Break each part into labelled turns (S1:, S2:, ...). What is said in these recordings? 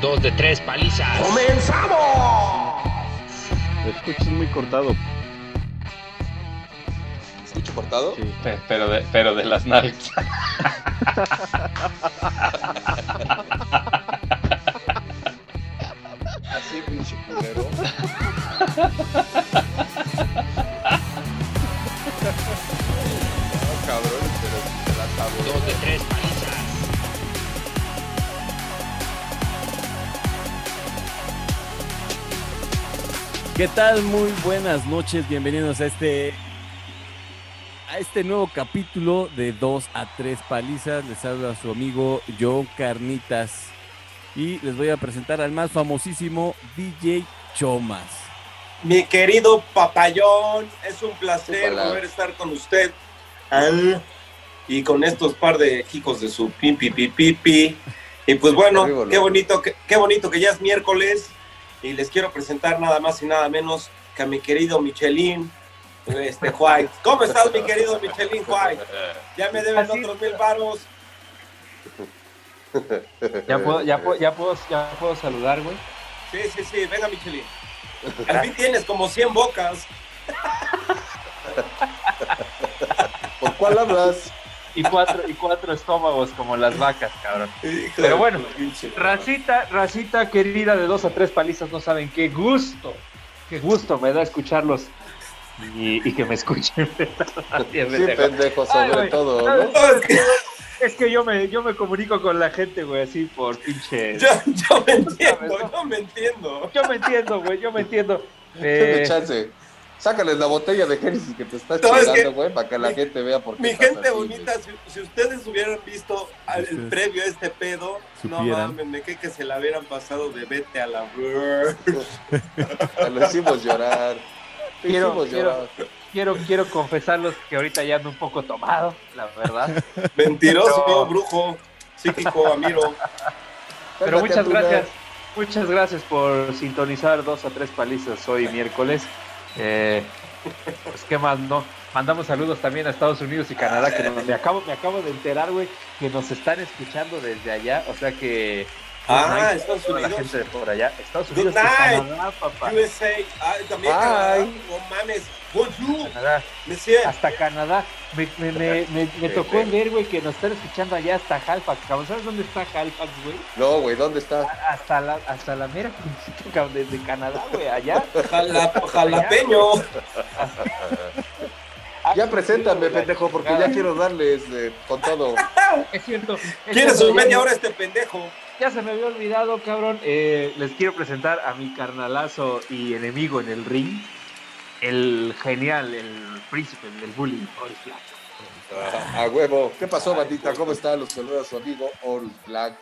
S1: dos de tres palizas.
S2: ¡Comenzamos!
S3: Lo escuchas muy cortado.
S2: ¿Escucho cortado?
S3: Sí.
S4: Pe- Pero de, pero de las nalgas.
S2: Así, pinche culero. No, cabrón, pero la
S1: Dos de tres palizas.
S5: ¿Qué tal? Muy buenas noches, bienvenidos a este a este nuevo capítulo de 2 a 3 palizas. Les habla su amigo John Carnitas y les voy a presentar al más famosísimo DJ Chomas.
S6: Mi querido papayón, es un placer
S2: Chúpala.
S6: volver a estar con usted. Ah, y con estos par de chicos de su pim, pi, pi, pi, pi. Y pues bueno,
S2: Terrible.
S6: qué bonito, que, qué bonito que ya es miércoles. Y les quiero presentar nada más y nada menos que a mi querido Michelin, este White. ¿Cómo estás, mi querido Michelin White? Ya me deben otros mil varos.
S4: Ya puedo, ya puedo, ya puedo, ya puedo saludar, güey.
S6: Sí, sí, sí, venga, Michelin. Al fin tienes como 100 bocas.
S2: ¿Por cuál hablas?
S4: Y cuatro, y cuatro estómagos como las vacas, cabrón. Pero bueno, Racita, racita querida de dos a tres palizas, no saben qué gusto, qué gusto me da escucharlos y, y que me escuchen. Sí,
S2: Sí, pendejo,
S4: Ay,
S2: sobre
S4: güey.
S2: todo,
S4: Ay,
S2: ¿no?
S6: No, es que
S4: Es que yo me, yo me comunico con la gente, güey, así por pinche.
S6: yo, yo me entiendo,
S4: ¿no?
S6: yo me entiendo.
S4: Yo me entiendo, güey, yo me entiendo.
S2: Tiene
S4: Eh,
S2: chance. Sácales la botella de Génesis que te estás
S6: No, es
S2: chingando,
S6: que-
S2: güey, para que la
S6: mi-
S2: gente vea por qué.
S6: Mi
S2: estás
S6: gente
S2: así,
S6: bonita, si, si ustedes hubieran visto al- el
S5: Ustedes
S6: previo a este pedo, no
S5: supieran.
S6: mames, me que, que se la hubieran pasado de vete a la
S2: güey. Lo hicimos llorar. Lo
S4: Quiero-
S2: hicimos
S4: quiero-
S2: llorar.
S4: quiero, quiero confesarlos que ahorita ya ando un poco tomado, la verdad.
S6: Mentiroso,
S4: No.
S6: brujo, psíquico, amiro.
S4: Pero
S2: Cálmate,
S4: muchas
S2: Antuna.
S4: gracias, muchas gracias por sintonizar dos a tres palizas hoy miércoles. Eh, pues qué más, ¿no? Mandamos saludos también a Estados Unidos y Canadá, que nos- me, acabo, me acabo de enterar, güey, que nos están escuchando desde allá, o sea que...
S6: Ah,
S4: Ay,
S6: Estados
S4: toda la
S6: Unidos.
S4: gente de por allá, Estados
S6: Good
S4: Unidos y
S6: night.
S4: Canadá, papá.
S6: USA, ah, también
S2: Bye.
S6: Canadá, no mames, bonjour,
S4: Canadá,
S6: monsieur.
S4: hasta Canadá. Me, me, me, me- me tocó ver, güey, que nos están escuchando allá hasta Halifax, cabrón. ¿Sabes dónde está Halifax, güey?
S2: No, güey, ¿dónde está?
S4: Hasta la, hasta la mera puntita, cabrón, desde Canadá, güey, allá.
S6: jala- jalapeño.
S4: Ah,
S2: Ya preséntame,
S4: güey, la
S2: pendejo, porque
S4: chingada.
S2: ya quiero darles eh, con todo.
S4: Es cierto. es
S6: ¿Quieres
S4: cierto,
S6: su
S4: ya-
S6: media hora este pendejo?
S4: Ya se me había olvidado, cabrón. Eh, les quiero presentar a mi carnalazo y enemigo en el ring, el genial, el príncipe del bullying, All Black.
S2: Ah, A huevo. ¿Qué pasó, bandita? ¿Cómo están? Los saluda su amigo All Black.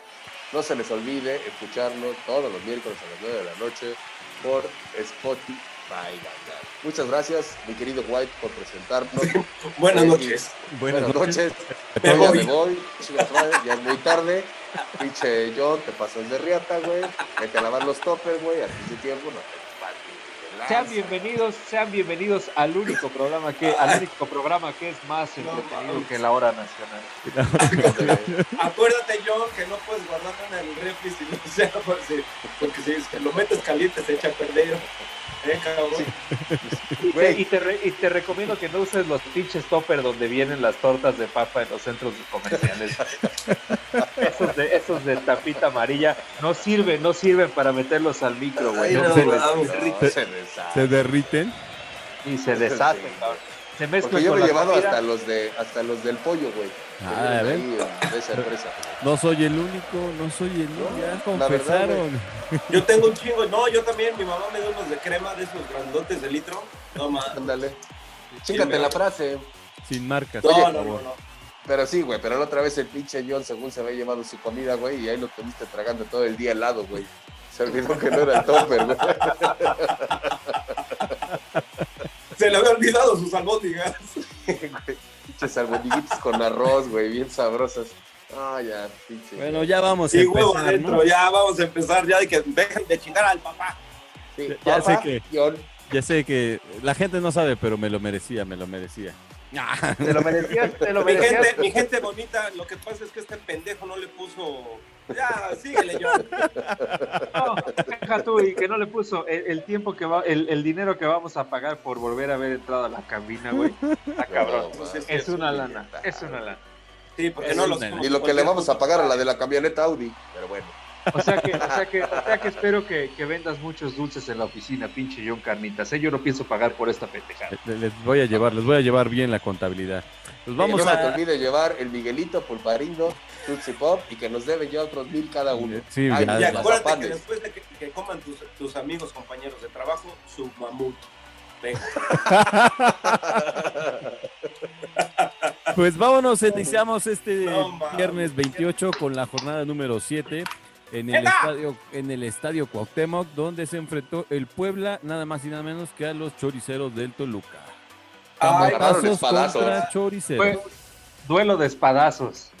S2: No se les olvide escucharnos todos los miércoles a las 9 de la noche por Spotify. banda. Muchas gracias, mi querido White, por presentarnos.
S6: Buenas
S2: Sí.
S6: noches.
S5: Buenas,
S2: Buenas
S5: noches.
S2: noches.
S6: Me
S2: ya
S6: voy.
S2: me voy. Chinga tu madre, Ya es muy tarde. Pinche John, te pasas de riata, güey. Vete a lavar los toppers, güey. A ti tiempo no te pases.
S4: Sean bienvenidos, sean bienvenidos al único programa que, al único programa que es más
S6: No
S4: entretenido
S6: mames.
S4: que la hora nacional.
S2: bienvenidos.
S6: Acuérdate, yo que no puedes guardar nada en el refri si no sea porque, porque si es que lo metes caliente se echa a perder. Eh, cabrón.
S4: Y te,
S2: Güey.
S4: y te re- y te recomiendo que no uses los pinches toppers donde vienen las tortas de papa en los centros comerciales. esos, de, esos de tapita amarilla no sirven, no sirven para meterlos al micro, güey.
S6: Ay,
S4: No
S6: no,
S4: sirven.
S6: mames.
S2: se deshace.
S5: Se derriten.
S4: y se deshacen, cabrón. Se mezclan
S2: Porque yo
S4: con
S2: me he
S4: la
S2: llevado
S4: comida.
S2: hasta los, de, hasta los del pollo, güey.
S5: Ah, a ver.
S2: Ahí, eh, de esa empresa.
S5: No soy el único, no soy el único. Ya
S2: No, la verdad,
S5: confesaron.
S6: Yo tengo un chingo, no, yo también, mi mamá me da unos de crema de esos grandotes de litro. No más.
S2: Ándale. Chíngate la frase.
S5: Sin marcas.
S2: Oye,
S6: No,
S5: por
S6: no, no,
S5: favor.
S6: no.
S2: Pero sí, güey, pero la otra vez el pinche John, según se había llevado su comida, güey, y ahí lo tuviste tragando todo el día helado, güey. Se olvidó que no era el topper, güey.
S6: Se le había olvidado sus albóndigas.
S2: güey. Pinches albondiguitas con arroz, güey, bien sabrosas. Ah, ya, pinche.
S5: Bueno, ya vamos a
S6: Y huevo
S5: empezar,
S6: adentro,
S5: ¿no?
S6: ya vamos a empezar, ya de que dejen de chingar al papá.
S2: Sí,
S5: ya
S2: papá,
S5: sé que-
S2: John,
S5: Ya sé que la gente no sabe, pero me lo merecía, me lo merecía.
S4: Te lo merecías, te lo
S6: Mi gente,
S4: merecías.
S6: mi gente bonita, lo que pasa es que este pendejo no le puso. Ya, síguele, John.
S4: No, deja tú y que no le puso el, el tiempo que va, el, el dinero que vamos a pagar por volver a haber entrado a la cabina, güey. Está cabrón.
S2: No,
S6: Entonces,
S4: Es una lana, es una lana.
S6: Sí, porque
S5: Es
S6: no
S5: un
S6: los.
S5: nene.
S2: Y lo que le vamos a pagar a la de la camioneta Audi, pero bueno.
S4: O sea que, o sea que, o sea que espero que, que vendas muchos dulces en la oficina, pinche John Carnitas. ¿eh? Yo no pienso pagar por esta pendejada.
S5: Le- Les voy a llevar, les voy a llevar bien la contabilidad. Pues
S2: Vamos
S6: Eh,
S5: vamos
S2: no se te
S5: a...
S2: olvide llevar el Miguelito, Pulparindo, Tutsi Pop y que nos deben ya otros mil cada uno.
S5: Sí,
S2: Ay,
S5: ya,
S6: Y
S2: ya,
S5: las-
S6: acuérdate que
S2: zapanes.
S6: después de que, que coman tus, tus amigos, compañeros de trabajo, su mamut. Venga.
S5: Pues vámonos, iniciamos este
S6: No, mames.
S5: viernes 28 con la jornada número 7 en el
S6: ¡Venga!
S5: estadio en el estadio Cuauhtémoc, donde se enfrentó el Puebla nada más y nada menos que a los choriceros del Toluca.
S6: Ay,
S2: agarraron
S5: Camotazos
S2: espadazos.
S5: contra choriceros.
S4: Fue duelo de espadazos.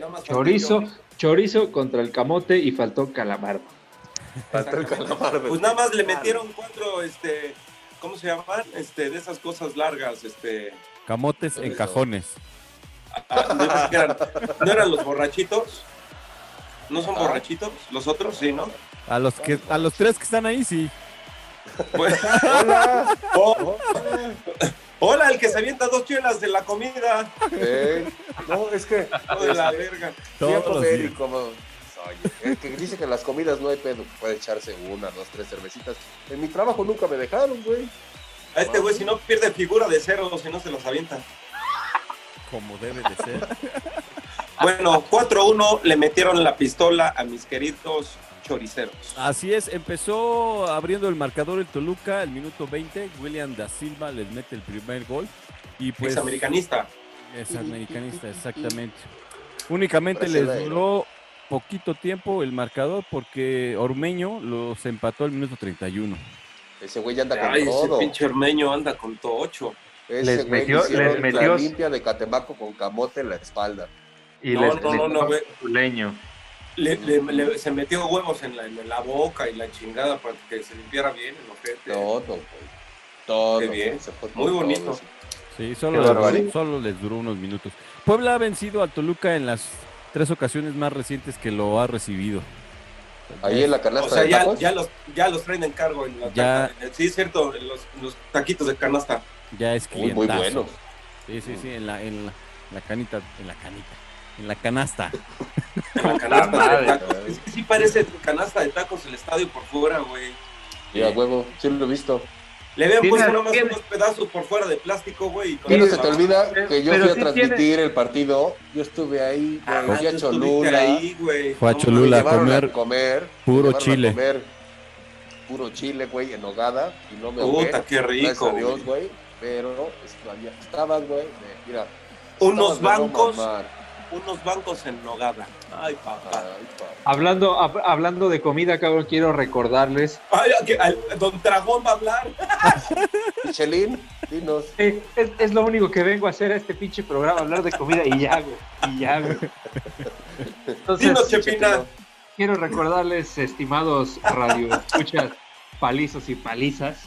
S6: nada más
S4: eh. Chorizo,
S6: faltó
S4: chorizo contra el camote y faltó calamardo.
S2: Hasta el
S6: yo.
S2: calamar.
S6: Pues nada más le metieron cuatro, este. ¿Cómo se llaman? Este, de esas cosas largas, este.
S5: Camotes en
S2: Eso.
S5: cajones.
S6: ah, no, sé qué eran. ¿No eran los borrachitos? ¿No son borrachitos? ¿Los otros? Sí, ¿no?
S5: A los que a los tres que están ahí sí.
S6: Pues-
S2: Hola.
S6: Oh. Hola, el que se avienta dos chelas de la comida.
S2: Eh, No, es que
S6: hijo de la verga.
S5: Todos
S2: tiempo
S5: los
S2: de
S5: días.
S2: Eric, como. Oye, eh, que dice que en las comidas no hay pedo. Puede echarse una, dos, tres cervecitas. En mi trabajo nunca me dejaron, güey.
S6: A este güey, si no pierde figura de cero, si no se los avienta.
S5: Como debe de ser.
S6: Bueno, 4-1 le metieron la pistola a mis queridos choriceros.
S5: Así es, empezó abriendo el marcador el Toluca al minuto 20, William da Silva les mete el primer gol y pues
S6: Pues, americanista.
S5: Es americanista, exactamente. Únicamente les
S2: Brasileiro.
S5: duró poquito tiempo el marcador porque Ormeño los empató al minuto 31.
S2: Ese güey ya anda con
S6: Ay, ese
S2: todo.
S6: pinche ormeño anda con todo ocho.
S2: Ese
S4: Les
S2: güey le
S4: metió-
S2: hicieron
S4: les metió-
S2: la limpia de Catemaco con camote en la espalda.
S4: Y
S6: No,
S4: les
S6: no, no, no, güey.
S4: leño.
S6: Le, le- le- se metió huevos en la, en la boca y la chingada para que se limpiara bien el ojete.
S2: Todo, güey. Todo.
S6: Qué bien.
S2: güey, se fue
S6: Muy
S2: todo,
S6: bonito.
S2: sí.
S5: Sí,
S4: Qué
S5: solo, les duró,
S4: barbaridad.
S5: solo les duró unos minutos. Puebla ha vencido al Toluca en las tres ocasiones más recientes que lo ha recibido.
S2: Ahí en la
S6: O
S2: canasta
S6: sea,
S2: de
S6: ya,
S2: tacos.
S6: ya, los, ya los traen en cargo. En la
S5: Ya.
S6: tarta. Sí, es cierto, en los, los taquitos de canasta.
S5: Ya es
S2: Uy,
S5: clientazo.
S2: muy bueno. Mm.
S5: Sí, sí, sí, en la, en la, en la canita, en la canita, en la canasta.
S6: En la canasta
S4: madre.
S6: de tacos. Es que sí parece canasta de tacos el estadio por fuera, güey.
S2: Y a huevo, sí lo he visto.
S6: Le habían
S4: Tiene-
S6: puesto nomás
S4: tiene-
S6: unos pedazos por fuera de plástico, güey. y con
S2: Ya no
S6: eso-
S2: se te olvida que yo
S4: Pero
S2: fui a
S4: sí
S2: transmitir
S4: tiene-
S2: el partido. Yo estuve ahí, güey,
S6: Ah,
S2: fui a
S6: tú
S2: Cholula.
S6: estuviste ahí, güey.
S5: Fue a
S6: No,
S2: me
S5: Cholula. a
S2: llevaron
S5: comer
S2: a comer.
S5: Puro
S2: llevaron a
S5: chile.
S2: comer puro chile, güey, en hogada. Y no me ahogué.
S6: Puta, qué
S2: Gracias
S6: rico.
S2: a
S6: güey.
S2: Dios, güey. Pero había- estaban, güey. de- Mira.
S6: Unos
S2: estaban de no
S6: bancos.
S2: mamar.
S6: Unos bancos en Nogada. Ay, papá.
S2: Ay, pa.
S4: Hablando, hab- hablando de comida, cabrón, quiero recordarles.
S6: Ay, que- al- don Dragón va a hablar.
S2: Michelin, dinos.
S4: eh, es, es lo único que vengo a hacer a este pinche programa, hablar de comida y ya, güey. Y ya, güey. Entonces,
S6: Dinos, Chepina.
S4: Quiero recordarles, estimados radioescuchas, palizos y palizas,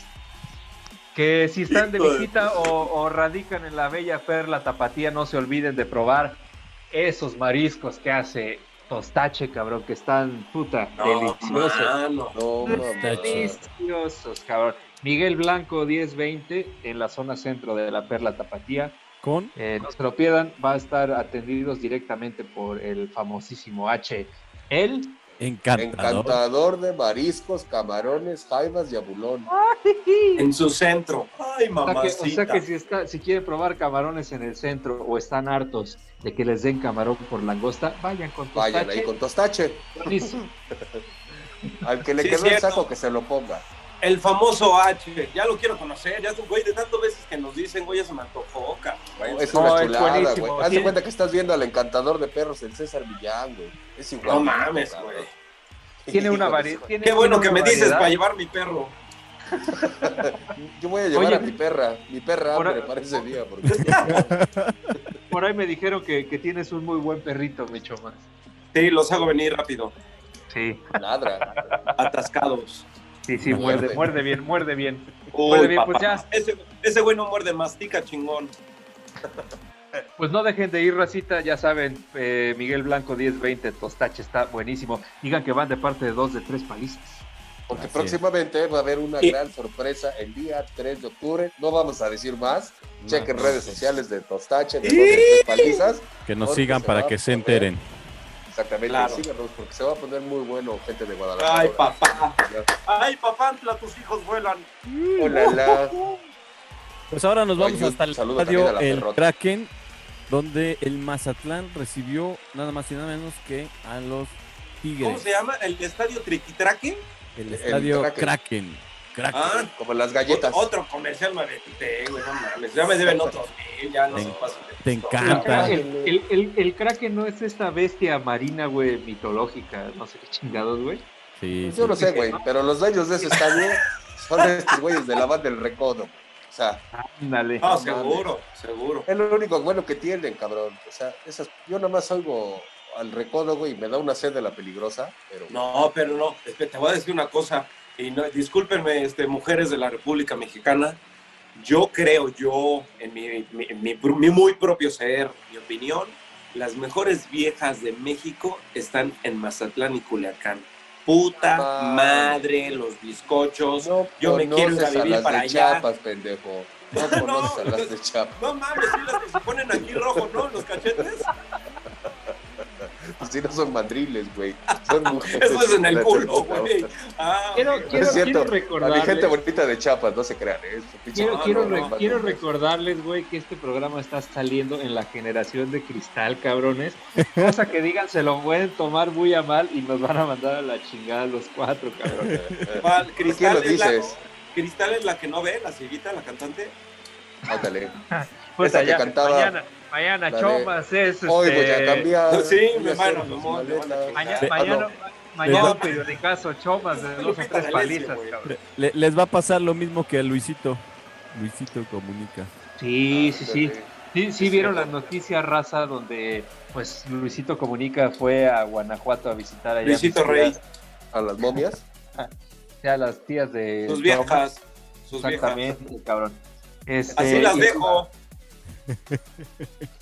S4: que si están de
S6: Hijo de
S4: visita o, o radican en la bella perla tapatía, no se olviden de probar esos mariscos que hace Tostache, cabrón, que están puta deliciosos.
S6: mano.
S2: No,
S5: Está
S2: mames.
S5: chido.
S4: Deliciosos, cabrón. Miguel Blanco 1020 en la zona centro de la Perla Tapatía.
S5: Con
S4: Eh, no se lo pierdan, va a estar atendidos directamente por el famosísimo H. Él
S5: encantador.
S2: Encantador de mariscos, camarones, jaivas y abulón.
S6: En su centro.
S4: O sea que, o
S6: Ay,
S4: sea
S6: mamacita.
S4: que si, está, si quieren probar camarones en el centro o están hartos de que les den camarón por langosta, vayan con tu
S2: Vayan ahí con tostache. Al que le
S6: Sí, es
S2: quedó el
S6: cierto.
S2: saco, que se lo ponga.
S6: El famoso H. Ya lo quiero conocer. Ya es un güey de tantas veces que nos dicen, güey, ya se me antojó, cabrón. Váyanse.
S2: Es
S4: No,
S2: una
S4: es
S2: chulada,
S4: buenísimo.
S2: güey. Haz de
S4: Tiene-
S2: cuenta que estás viendo al encantador de perros, el César Millán, güey. Es igual.
S6: No mames, güey.
S4: Tiene una variedad.
S6: Qué bueno que me dices para llevar mi perro.
S2: Yo voy a llevar
S4: Oye,
S2: a mi perra. Mi perra
S4: ahora-
S2: hambre para ese día. Porque...
S4: Por ahí me dijeron que, que tienes un muy buen perrito, mi más.
S6: Sí, los hago venir rápido.
S4: Sí,
S2: Ladra.
S6: Atascados.
S4: sí, sí,
S2: Muerde.
S4: muerde, muerde bien, muerde bien.
S6: Uy,
S4: Muerde bien,
S6: papá.
S4: pues ya.
S6: Ese, ese güey no muerde, mastica chingón.
S4: Pues no dejen de ir, racita, ya saben, eh, Miguel Blanco 1020, Tostache está buenísimo. Digan que van de parte de dos de tres palizas.
S2: Porque
S5: Así
S2: próximamente va a haber una
S6: Y-
S2: gran sorpresa el día 3 de octubre. No vamos a decir más.
S5: No,
S2: Chequen
S5: no,
S2: redes
S5: sí.
S2: sociales de Tostache, de Tres Palizas.
S5: Que nos
S2: Porque
S5: sigan
S2: se
S5: para
S2: va
S5: que
S2: a
S5: se
S2: poner.
S5: enteren.
S2: Exactamente,
S6: Claro.
S2: síganos, porque se va a poner muy bueno gente de Guadalajara.
S6: Ay, papá.
S2: Ya.
S6: Ay, papá, Antla, tus hijos vuelan.
S2: Hola, la.
S5: Pues ahora nos vamos
S2: Oye, un
S5: hasta el
S2: saludo también a
S5: estadio
S2: la
S5: El
S2: Perrota.
S5: Kraken, donde el Mazatlán recibió nada más y nada menos que a los Tigres.
S6: ¿Cómo se llama? ¿El estadio Triquitraque?
S5: El
S2: El
S5: estadio
S2: Kraken.
S5: Kraken. Kraken.
S6: Ah,
S2: Como las galletas.
S6: Otro, otro comercial me aventé, güey, no mames. Ya me deben otros mil, ya no
S5: Te-
S6: se pasen. de-
S5: te
S4: Ah,
S5: encanta.
S4: El, el, el- el Kraken no es esta bestia marina, güey, mitológica, no sé qué chingados, güey.
S5: Sí, sí.
S2: Yo no sé, güey, pero los dueños de ese estadio son estos güeyes de la banda del recodo. O sea,
S4: Ándale.
S6: No,
S2: mames.
S6: Ah, seguro, seguro.
S2: es lo único bueno que tienen, cabrón. O sea, esas, yo nada más oigo al recodo, güey, y me da una sed de la peligrosa, pero
S6: No, pero no, espe- te voy a decir una cosa, y no, discúlpenme, este, mujeres de la República Mexicana, yo creo, yo, en mi, mi- mi pr- mi muy propio ser, mi opinión, las mejores viejas de México están en Mazatlán y Culiacán. Puta
S2: Madre.
S6: madre, los bizcochos.
S2: Ah. no
S6: yo me quiero ir a
S2: conoces
S6: vivir
S2: las
S6: para
S2: de
S6: allá.
S2: Chiapas, pendejo. No
S6: No,
S2: conoces a las de Chiapas.
S6: No mames, sí, las que se ponen aquí rojos, ¿no? Los cachetes.
S2: Así no son mandriles, güey. Son mujeres.
S6: Eso es en el
S2: Las de
S6: culo,
S2: Chiapas.
S6: güey. Ah,
S4: Quiero,
S6: ok.
S4: quiero,
S2: es
S4: quiero
S2: cierto, A mi gente
S4: recordarles,
S2: bonita de Chiapas, no se crean, ¿eh? Su pinche
S4: quiero,
S6: No,
S2: mano,
S4: quiero
S6: no,
S4: re-
S2: no,
S4: quiero
S2: no, no.
S4: recordarles, güey, que este programa está saliendo en la generación de cristal, cabrones. Cosa que digan, se lo pueden tomar muy a mal y nos van a mandar a la chingada los cuatro, cabrones.
S6: ¿Cuál?
S2: ¿Quién
S6: Cristal
S2: lo
S6: es la-
S2: dices?
S6: Cristal es la que no ve, la cieguita, la cantante.
S2: Ándale.
S4: Pues
S2: Esa que
S4: allá,
S2: cantaba
S4: mañana, mañana,
S2: la de-
S4: Chomas es.
S2: Hoy voy a
S4: este,
S2: cambiar.
S6: Sí,
S2: voy a
S6: me
S2: hacer
S6: van a-
S2: mis
S6: me van a
S2: maletas.
S4: Mañana,
S5: De-
S4: mañana,
S5: de-
S4: mañana un periodicazo, Chomas de dos o
S6: Lupita
S4: tres
S6: D'Alessio,
S4: palizas,
S6: güey.
S4: cabrón.
S5: Le- les va a pasar lo mismo que a Luisito. Luisito comunica.
S4: Sí, sí, sí.
S2: Ándale.
S4: Sí, sí vieron la noticia raza donde pues Luisito Comunica fue a Guanajuato a visitar allá
S6: Luisito
S4: a
S6: Rey,
S2: A las momias.
S4: a las tías de
S6: sus viejas. Sus viejas.
S4: exactamente, cabrón. Este,
S6: Así las
S4: y-
S6: dejo.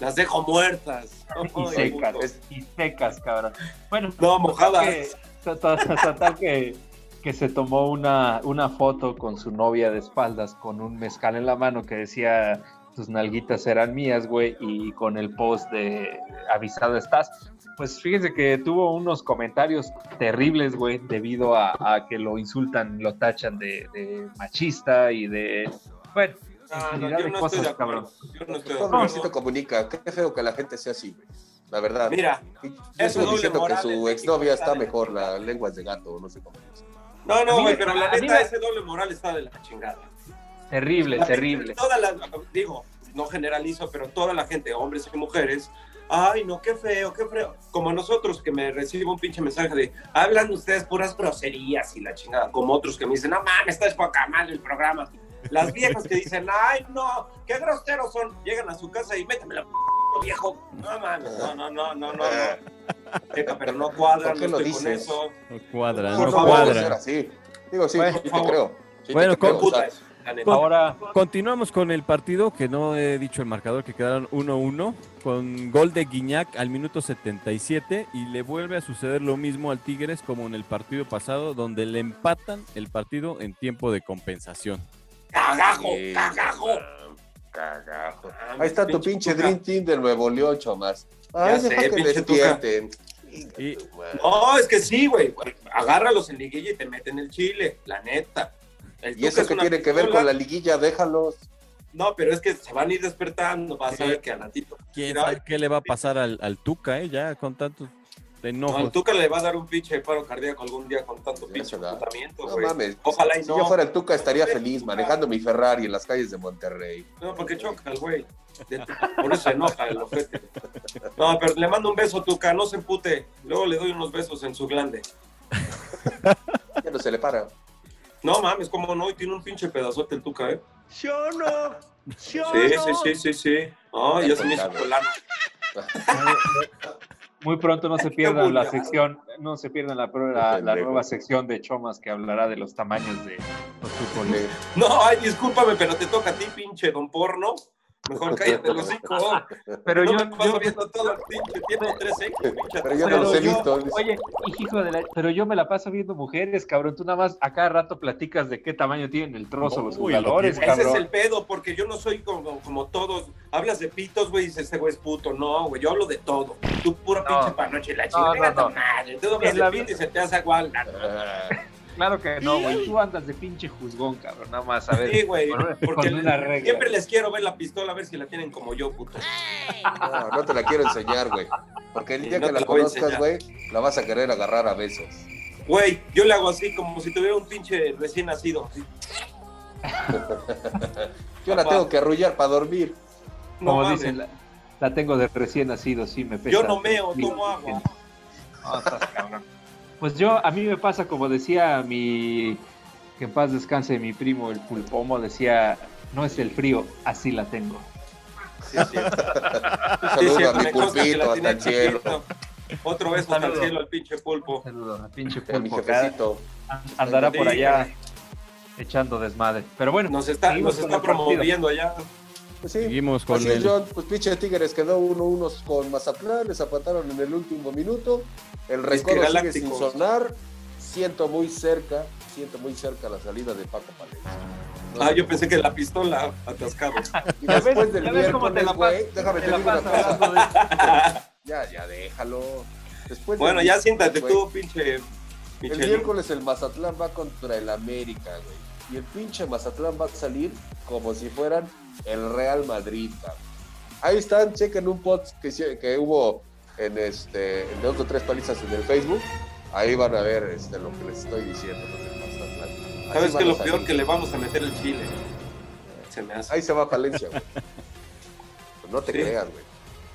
S6: las dejo muertas.
S4: y
S6: Ay,
S4: secas,
S6: puto.
S4: y secas, cabrón. Bueno,
S6: No,
S4: total
S6: mojadas.
S4: que, to- to- total que, que se tomó una, una foto con su novia de espaldas con un mezcal en la mano que decía tus nalguitas eran mías, güey, y con el post de avisado estás. Pues fíjense que tuvo unos comentarios terribles, güey, debido a, a que lo insultan, lo tachan de, de machista y de... Bueno,
S6: No, no,
S4: infinidad
S6: yo
S4: de
S6: no
S4: cosas,
S6: estoy de acuerdo.
S4: cabrón.
S6: Yo no estoy de
S2: Todo Luisito
S6: acuerdo.
S2: comunica. Qué feo que la gente sea así, güey. La verdad.
S6: Mira,
S2: Yo
S6: eso
S2: estoy
S6: doble
S2: diciendo que
S6: moral es
S2: su
S6: de
S2: exnovia está
S6: mexicana.
S2: mejor, la lenguas de gato, no sé cómo. es.
S6: no,
S4: A
S6: no,
S4: mí
S6: güey,
S4: me-
S6: pero la
S4: a mí
S6: neta,
S4: me-
S6: ese doble moral está de la chingada.
S4: terrible,
S6: La gente-
S4: terrible.
S6: Toda la, digo, no generalizo, pero toda la gente, hombres y mujeres, ay, no, qué feo, qué feo. Como nosotros que me recibo un pinche mensaje de, hablan ustedes puras groserías y la chingada, como otros que me dicen, no mames, estás poca madre el programa. Las viejas que dicen, ay, no, qué groseros son, llegan a su casa y méteme la p viejo. No mames, no, no, no, no, no. no. Checa, pero no cuadra,
S2: ¿Por qué
S6: no
S2: lo
S6: estoy con
S2: dices?
S6: eso.
S5: No cuadra,
S2: Por
S5: no
S2: favor,
S5: cuadra.
S2: ser así. Digo, sí,
S4: Bueno,
S2: sí te
S6: por favor.
S2: creo. Sí te
S5: Bueno,
S2: creo,
S6: Qué
S2: o sea,
S6: puta es, la neta.
S4: Ahora...
S5: Continuamos con el partido, que no he dicho el marcador, que quedaron 1-1, con gol de Guiñac al minuto 77 y le vuelve a suceder lo mismo al Tigres como en el partido pasado, donde le empatan el partido en tiempo de compensación.
S6: Cagajo,
S2: Sí.
S6: cagajo.
S2: Cagajo. Ahí está tu pinche Dream
S6: drink.
S2: Team del Nuevo León, Chomas. Ay,
S6: Ya sé,
S2: deja que
S6: pinche Tuca.
S2: despierten.
S5: Y
S6: No, es que sí, güey. Agárralos en liguilla y te meten el chile, la neta. El
S2: ¿Y
S6: Tuca
S2: eso
S6: es
S2: que
S6: una Pues,
S2: tiene que ver
S6: pistola.
S2: con la liguilla? Déjalos.
S6: No, pero es que se van a ir despertando, vas a
S5: Sí.
S6: ver que al ratito.
S5: quién
S6: Mira,
S5: sabe qué le va a pasar al, al Tuca, eh, ya con tantos
S6: No,
S5: enojos.
S6: al Tuca le va a dar un pinche paro cardíaco algún día con tanto pinche
S2: ¿verdad?
S6: tratamiento,
S2: No
S6: güey.
S2: mames.
S6: Ojalá y
S2: Si
S6: no.
S2: yo fuera el Tuca estaría
S6: Tuca.
S2: feliz manejando mi Ferrari en las calles de Monterrey.
S6: No, porque choca el güey. De- Por eso se enoja el ojete. No, pero le mando un beso, Tuca, no se empute. Luego le doy unos besos en su glande.
S2: Ya no se le para.
S6: No mames, cómo no, y tiene un pinche pedazote el Tuca, ¿eh?
S7: Yo no. Yo
S6: Sí,
S7: no.
S6: sí, sí, sí, sí. No,
S2: Ya
S6: ya se me hizo
S2: tocado.
S6: colano.
S4: Muy pronto no se
S6: Qué
S4: pierdan la
S6: vulgar.
S4: sección, no se pierdan la, pro- la- la
S2: Pendejo.
S4: nueva sección de Chomas que hablará de los tamaños de los futbolistas.
S2: Le-
S6: No, ay, discúlpame, pero te toca a ti, pinche don porno. Mejor cállate los cinco.
S8: Pero
S6: Yo
S8: yo,
S6: me paso
S8: yo-
S6: viendo todo el pinche tiempo 3X, pinche
S2: Pero yo no
S6: atascado.
S2: los he
S4: yo-
S2: visto. dice.
S4: Oye, hijo de la... Pero yo me la paso viendo mujeres, cabrón. Tú nada más a cada rato platicas de qué tamaño tienen el trozo los
S5: Uy, lo
S4: jugadores,
S5: que-
S6: Ese
S4: cabrón.
S6: es el pedo, porque yo no soy como, como todos. Hablas de pitos, güey, y dices, este güey es puto. No, güey, yo hablo de todo. Tú pura
S4: No.
S6: pinche panoche, la
S4: No,
S6: chingada,
S4: no, no.
S6: tu madre. Tú hablas
S4: En la
S6: de pito
S4: vida-
S6: y se te hace igual.
S2: Ah,
S4: Claro que no, güey. Tú andas de pinche juzgón, cabrón. Nada más, a ver.
S6: Sí, güey,
S4: Con-
S6: porque
S4: con una regla.
S6: siempre les quiero ver la pistola, a ver si la tienen como yo, puto.
S2: Ah, no, no te la quiero enseñar, güey. Porque el
S6: Sí,
S2: día que
S6: no te
S2: la
S6: la voy a
S2: conozcas,
S6: enseñar.
S2: güey, la vas a querer agarrar a besos.
S6: Güey, yo le hago así, como si tuviera un pinche recién nacido. así.
S2: Yo la
S6: Papá.
S2: tengo que arrullar para dormir.
S6: No
S4: Como
S6: mames.
S4: dicen, la, la tengo de recién nacido, sí, me pesa.
S6: Yo no meo, tomo agua.
S4: No, estás cabrón. Pues yo, a mí me pasa como decía mi, que en paz descanse mi primo, el pulpomo, decía, no es el frío, así la tengo.
S6: Sí, es cierto.
S2: Un
S6: Sí, es
S2: saludo
S6: cierto,
S2: a mi
S6: me consta que la
S2: pulpito hasta
S6: tiene
S2: el cielo.
S6: chiquito. Otro beso hasta el
S4: Saludo.
S6: cielo al pinche pulpo.
S4: Saludos a pinche
S2: A mi
S4: pulpo, acá,
S2: jefecito.
S4: andará por
S6: Sí,
S4: allá
S6: güey.
S4: echando desmadre. Pero bueno,
S6: Nos está,
S4: seguimos
S6: nos
S4: con
S6: está
S4: el partido.
S6: promoviendo allá.
S2: Pues sí,
S5: Seguimos con
S2: Así es,
S5: el...
S2: John, pues pinche Tigres quedó 1-1 con Mazatlán, les apataron en el último minuto. El
S6: Es que
S2: recuerdo sigue sin
S6: galácticos.
S2: sonar. Siento muy cerca, siento muy cerca la salida de Paco Palencia. No
S6: Ah,
S2: sé
S6: yo
S2: cómo.
S6: pensé que la pistola atascado.
S2: Y
S4: Ya ves-
S2: después del
S4: ya ves cómo te
S2: miércoles,
S4: la
S2: güey,
S4: pasas,
S2: déjame
S4: te la
S2: terminar la
S4: pasas
S2: frase.
S4: hablando de-
S2: Ya, ya, déjalo. Después
S6: Bueno,
S2: del
S6: ya
S2: miércoles,
S6: siéntate
S2: güey,
S6: tú, pinche
S2: El
S6: Michelle.
S2: miércoles el Mazatlán va contra el América, güey. Y el pinche Mazatlán va a salir como si fueran el Real Madrid, cabrón. Ahí están, chequen un post que, hice- que hubo en este en dos o tres palizas en el Facebook. Ahí van a ver este, lo que les estoy diciendo. los del Mazatlán. Así
S6: ¿Sabes
S2: van
S6: qué?
S2: a
S6: Lo
S2: salir.
S6: peor que le vamos a meter el chile. Se me hace.
S2: Ahí se va Palencia, güey. No te
S6: Sí.
S2: creas, güey.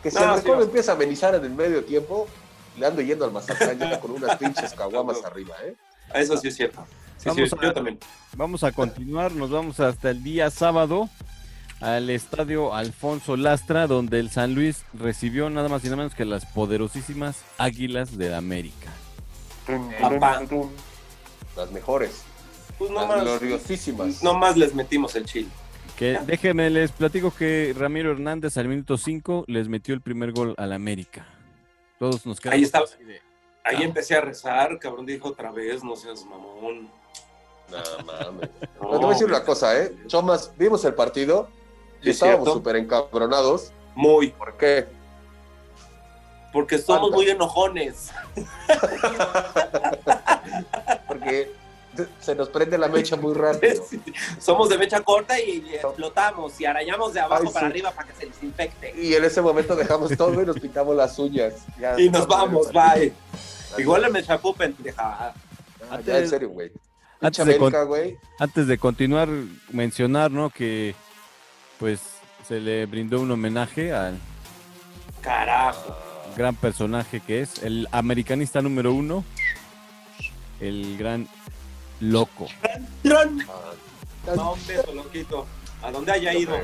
S2: Que si
S6: No,
S2: el
S6: sí
S2: recodo
S6: va.
S2: empieza a amenizar en el medio tiempo, le ando yendo al Mazatlán ya con unas pinches caguamas arriba, ¿eh?
S6: Ah, Eso sí es cierto. Sí, sí,
S5: Vamos a-
S6: yo también.
S5: Vamos a continuar, nos vamos hasta el día sábado al estadio Alfonso Lastra, donde el San Luis recibió nada más y nada menos que las poderosísimas Águilas de la América.
S6: Papá.
S2: Las mejores.
S6: Pues no
S2: Las
S6: más,
S2: gloriosísimas.
S6: no más les metimos el chile.
S5: Que déjenme, les platico que Ramiro Hernández al minuto 5 les metió el primer gol al América. Todos nos quedamos.
S6: Ahí está.
S5: así de,
S6: Ahí empecé a rezar, cabrón, dijo otra vez, no seas mamón.
S2: No mames.
S6: No,
S2: Pero te voy a decir una cosa, ¿eh? Chomas, vimos el partido y
S6: Sí, es
S2: estábamos
S6: cierto.
S2: súper encabronados.
S6: Muy,
S2: ¿Por qué?
S6: porque somos
S2: Falta.
S6: muy enojones.
S2: Porque se nos prende la mecha muy rápido.
S6: somos de mecha corta y y explotamos y arañamos de abajo
S2: Ay,
S6: para
S2: sí.
S6: arriba para que se desinfecte.
S2: Y en ese momento dejamos todo y nos pintamos las uñas. Ya.
S6: Y nos vamos, bye.
S2: Así.
S6: Igual la mecha pupa pendejada.
S2: Ah, ya, en serio, güey. Pincha
S5: Antes de con-
S2: América, güey.
S5: Antes de continuar, mencionar, ¿no? Que pues se le brindó un homenaje al
S6: Carajo.
S2: Ah.
S5: gran personaje que es, el americanista número uno, el gran loco.
S6: Tron.
S2: Ah,
S6: No, un beso, loquito. A donde haya ido,